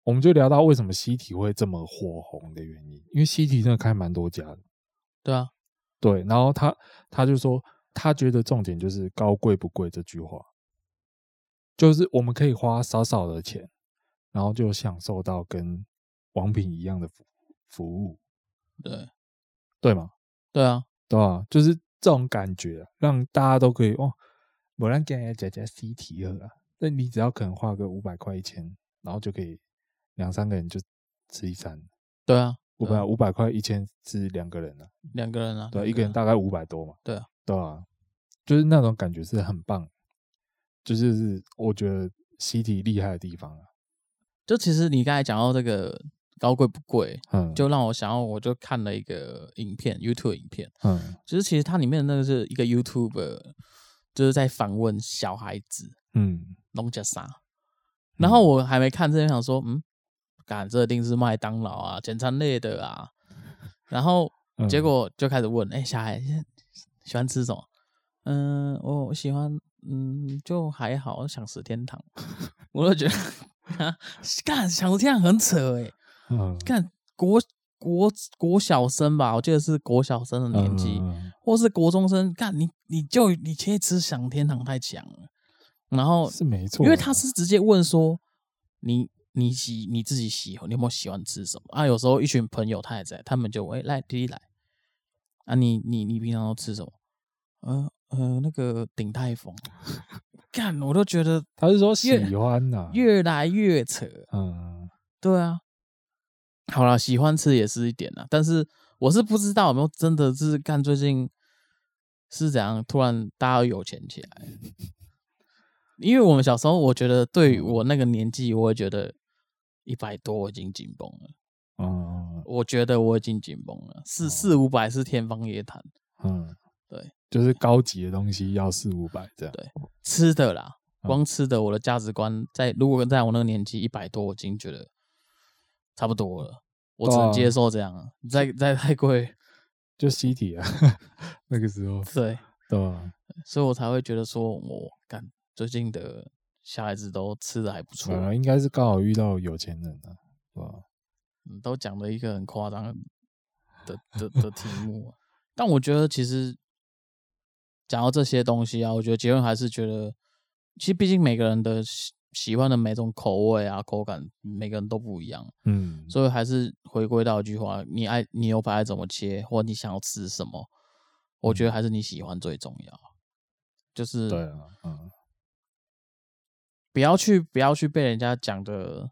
我们就聊到为什么西体会这么火红的原因，因为西体真的开蛮多家的。对啊，对，然后他他就说，他觉得重点就是“高贵不贵”这句话，就是我们可以花少少的钱，然后就享受到跟王品一样的服务。服务，对对吗？对啊，对啊，就是这种感觉啊，让大家都可以哦，我让给人家加加 C T 二啊，那你只要肯花个五百块一千，然后就可以两三个人就吃一餐，对啊，五对啊百五百块一千吃两个人啊，两个人啊，对啊，两一个人啊大概五百多嘛，对啊，对啊，就是那种感觉是很棒，就是是我觉得 C T 厉害的地方啊，就其实你刚才讲到这个高贵不贵，嗯，就让我想要，我就看了一个影片，YouTube 影片，嗯就是其实它里面的那个是一个 YouTube，就是在访问小孩子嗯，弄家啥，然后我还没看之前想说，嗯，感这一定是麦当劳啊，简餐类的啊，然后嗯结果就开始问，哎、小孩喜欢吃什么？嗯，我喜欢，嗯，就还好，我想吃天堂， (laughs) 我就觉得，啊，干想吃天堂很扯哎、嗯看国国国小生吧，我记得是国小生的年纪，嗯嗯嗯或是国中生，干你你就你切吃想天堂太强了。然后，是没错啊，因为他是直接问说你你喜你自己喜欢，你有没有喜欢吃什么啊？有时候一群朋友他也在，他们就哎、来弟弟来啊，你你你平常都吃什么？呃呃，那个鼎泰丰， (laughs) 干我都觉得他是说喜越欢呐、越来越扯。嗯对啊，好啦，喜欢吃也是一点啦，但是我是不知道有没有真的是看最近是怎样突然大家有钱起来，因为我们小时候，我觉得对于我那个年纪，我会觉得一百多我已经紧绷了，嗯我觉得我已经紧绷了，四哦四五百是天方夜谭，嗯，对，就是高级的东西要四五百这样，吃的啦，嗯光吃的，我的价值观在如果在我那个年纪一百多，我已经觉得差不多了，我只能对啊接受这样了，再再太贵。就西体啊， (laughs) 那个时候对，对啊吧？所以我才会觉得说，我干最近的小孩子都吃的还不错反，而应该是刚好遇到有钱人啊，对吧？嗯都讲了一个很夸张的的的题目啊。但我觉得其实讲到这些东西啊，我觉得结论还是觉得，其实毕竟每个人的喜喜欢的每种口味啊、口感，每个人都不一样，嗯，所以还是回归到一句话：你爱你牛排爱怎么切，或你想要吃什么，我觉得还是你喜欢最重要。啊就是嗯对啊，嗯不要去不要去被人家讲的，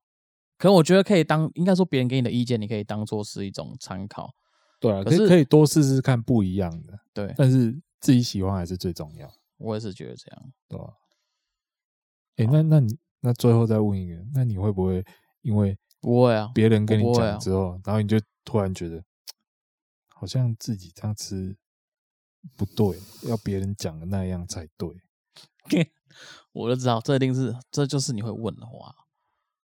可能我觉得可以当应该说别人给你的意见，你可以当做是一种参考。对啊，可可以是可以多试试看不一样的，对但是自己喜欢还是最重要，我也是觉得这样。对吧？诶，那那你那最后再问一个，那你会不会因为不会啊，别人跟我你不会啊讲之后，然后你就突然觉得好像自己这样吃不对，要别人讲的那样才对。我就知道这一定是这就是你会问的话，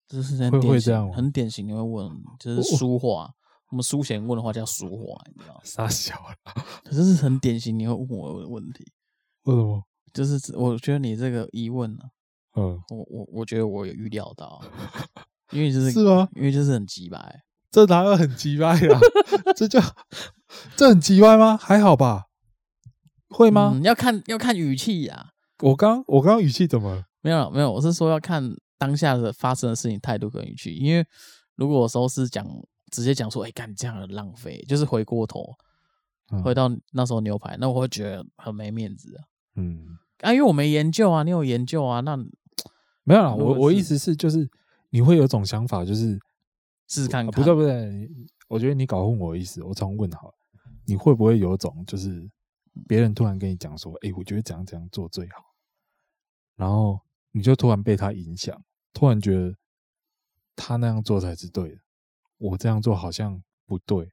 这是会很会典这样型吗很典型，你会问就是书画，我们书贤问的话叫书画，你知道吗？ (laughs) 傻小啊了，可是是很典型，你会问我的问题， (laughs) 为什么？就是我觉得你这个疑问呢、嗯，我我我觉得我有预料 (laughs) 到，因为就是是吗？因为就是很急白，这哪有很奇怪啊？ (laughs) 这就这很奇怪吗？还好吧？会吗？嗯要看要看语气啊呀、我刚我刚刚语气怎么了？没有没有，我是说要看当下的发生的事情态度跟语气，因为如果有时候是讲直接讲说，哎、干这样很浪费，就是回过头嗯回到那时候牛排，那我会觉得很没面子啊，嗯，啊因为我没研究啊，你有研究啊，那没有啦。如我果我是意思是，就是你会有种想法，就是试试看啊看，不对不对，我觉得你搞混我的意思，我重问好了，你会不会有种就是别人突然跟你讲说，哎、我觉得怎样怎样做最好，然后你就突然被他影响，突然觉得他那样做才是对的，我这样做好像不对，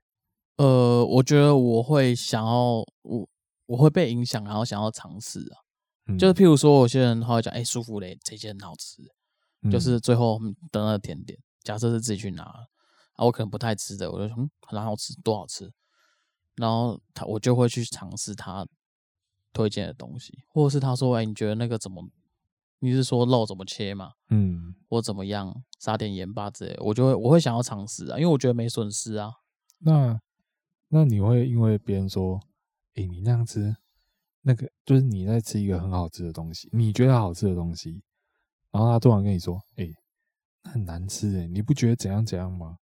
呃，我觉得我会想要我我会被影响，然后想要尝试啊，嗯、就是譬如说有些人他会讲，哎、舒芙蕾这件很好吃，嗯就是最后的那个甜点，假设是自己去拿，啊，我可能不太吃的，我就说嗯，很好吃，多好吃，然后他我就会去尝试他推荐的东西，或者是他说，哎、你觉得那个怎么？你是说肉怎么切嘛，嗯，或怎么样，撒点盐巴之类的，我就会我会想要尝试啊，因为我觉得没损失啊。那那你会因为别人说，哎、你那样吃，那个就是你在吃一个很好吃的东西，你觉得好吃的东西，然后他突然跟你说，哎、那很难吃哎、你不觉得怎样怎样吗？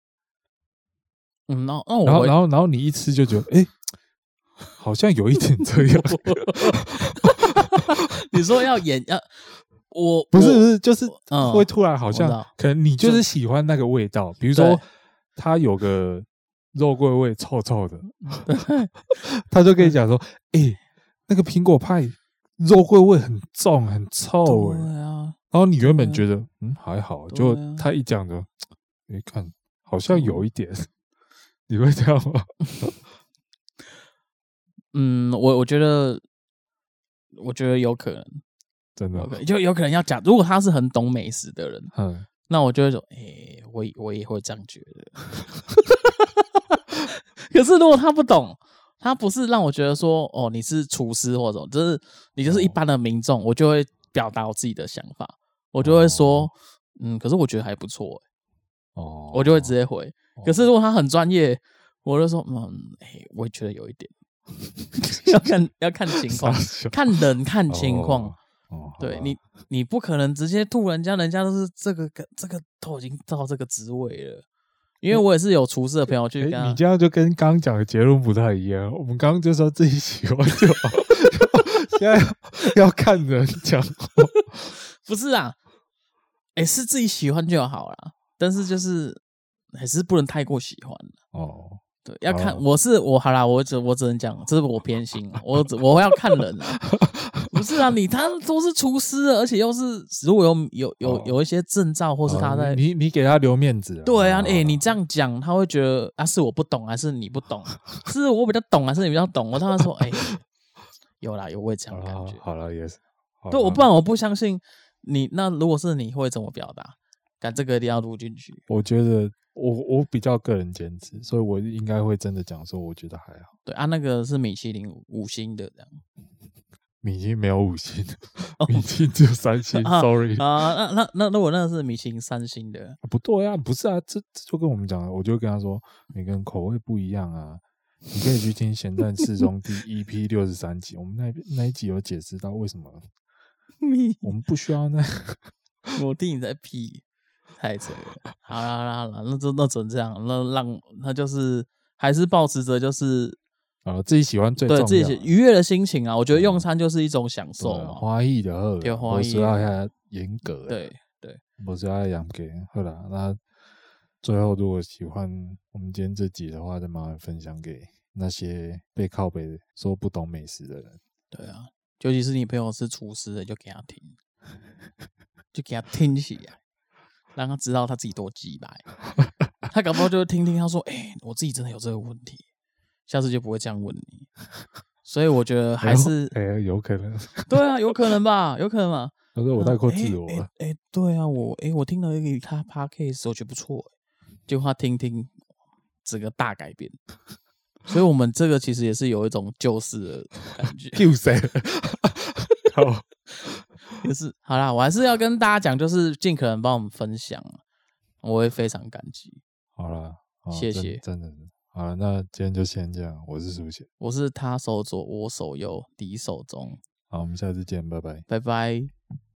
嗯，然后那我然后回然后然后你一吃就觉得，哎、 (laughs) 好像有一点这 (laughs) 样，你说要演要我不是我不是，就是嗯会突然好像、我知道可能你就是喜欢那个味道，比如说对它有个肉桂味，臭臭 (laughs) 的，他就跟你讲说，哎、那个苹果派肉桂味很重很臭哎、对啊，然后你原本对啊觉得嗯还好，对就啊他一讲的，你看好像有一点， (laughs) 你会这样吗？嗯，我我觉得我觉得有可能，真的有，可能就有可能要讲，如果他是很懂美食的人，嗯，那我就会说，哎、我也我也会这样觉得。 (laughs) 可是如果他不懂，他不是让我觉得说，哦，你是厨师或者什么，就是你哦就是一般的民众，我就会表达我自己的想法，我就会说，哦嗯，可是我觉得还不错、哦，我就会直接回。哦。可是如果他很专业，我就说，嗯，哎、我也觉得有一点， (laughs) 要看要看情况 (laughs) 傻， (laughs) 笑看人看情况。哦哦，好对吧你，你不可能直接吐人家，人家都是这个个这个都已经到这个职位了。因为我也是有厨师的朋友去诶跟他，你这样就跟刚刚讲的结论不太一样。我们刚刚就说自己喜欢就 (laughs) 好，现在要要看人讲话。不是啊？哎、是自己喜欢就好啦，但是就是还是不能太过喜欢。哦，对，要看、哦我是我好啦，我只我只能讲，这是我偏心啊，我只我要看人 (laughs) 啊。不是啊，你他都是厨师啊了，而且又是如果有有哦有有一些证照，或不是他在、哦你你给他留面子啊。对啊，哦哎、你这样讲，他会觉得啊，是我不懂还是你不 (laughs) 懂？是我比较懂还是你比较懂？我当然说，哎、有啦，有我也这好样了感好觉了。好啊了也是。好对，我了不然我不相信你。那如果是你会怎么表达？但这个一定要录进去。我觉得我我比较个人坚持，所以我应该会真的讲说，我觉得还好，对啊，那个是米其林五星的 (laughs) 这样米其林没有五星， (laughs) 米其林只有三星。哦 (laughs) 啊 Sorry，啊。那那那如果那是米其林三星的，不对啊，不是啊，这这就跟我们讲的，我就跟他说，每个人口味不一样啊。你可以去听《咸蛋四中》第 EP 六十三集，我们那那一集有解释到为什么你我们不需要那我听你在屁，太扯了。好啦好啦好啦，那就那只能这样，那让那就是还是保持着就是啊自己喜欢最重对要，自己是愉悦的心情啊，我觉得嗯用餐就是一种享对受啊嘛。欢喜就好啦，对欢不喜需要遐严格，，对，不需要严格。好啦，那最后如果喜欢我们今天这集的话，再麻烦分享给那些被靠北说不懂美食的人。对啊，尤其是你朋友是厨师的，就给他听，就给他听起来，让他知道他自己多鸡掰。他搞不好就会听听，他说：“哎、我自己真的有这个问题，下次就不会这样问你。”所以我觉得还是哎、有可能， (laughs) 对啊，有可能吧，有可能吧。他说我太过自我哎、了。，诶诶对啊，我哎、我听了一个他 podcast，我觉得不错、结果他听听，整个大改变。所以我们这个其实也是有一种救世的感觉救谁？ (laughs) 好，也是好啦，我还是要跟大家讲，就是尽可能帮我们分享，我会非常感激。 (laughs) 好了，好谢真谢真的是好了，那今天就先这样。我是苏贤，我是他手左，我手右，敌手中，好，我们下次见，拜拜。拜拜。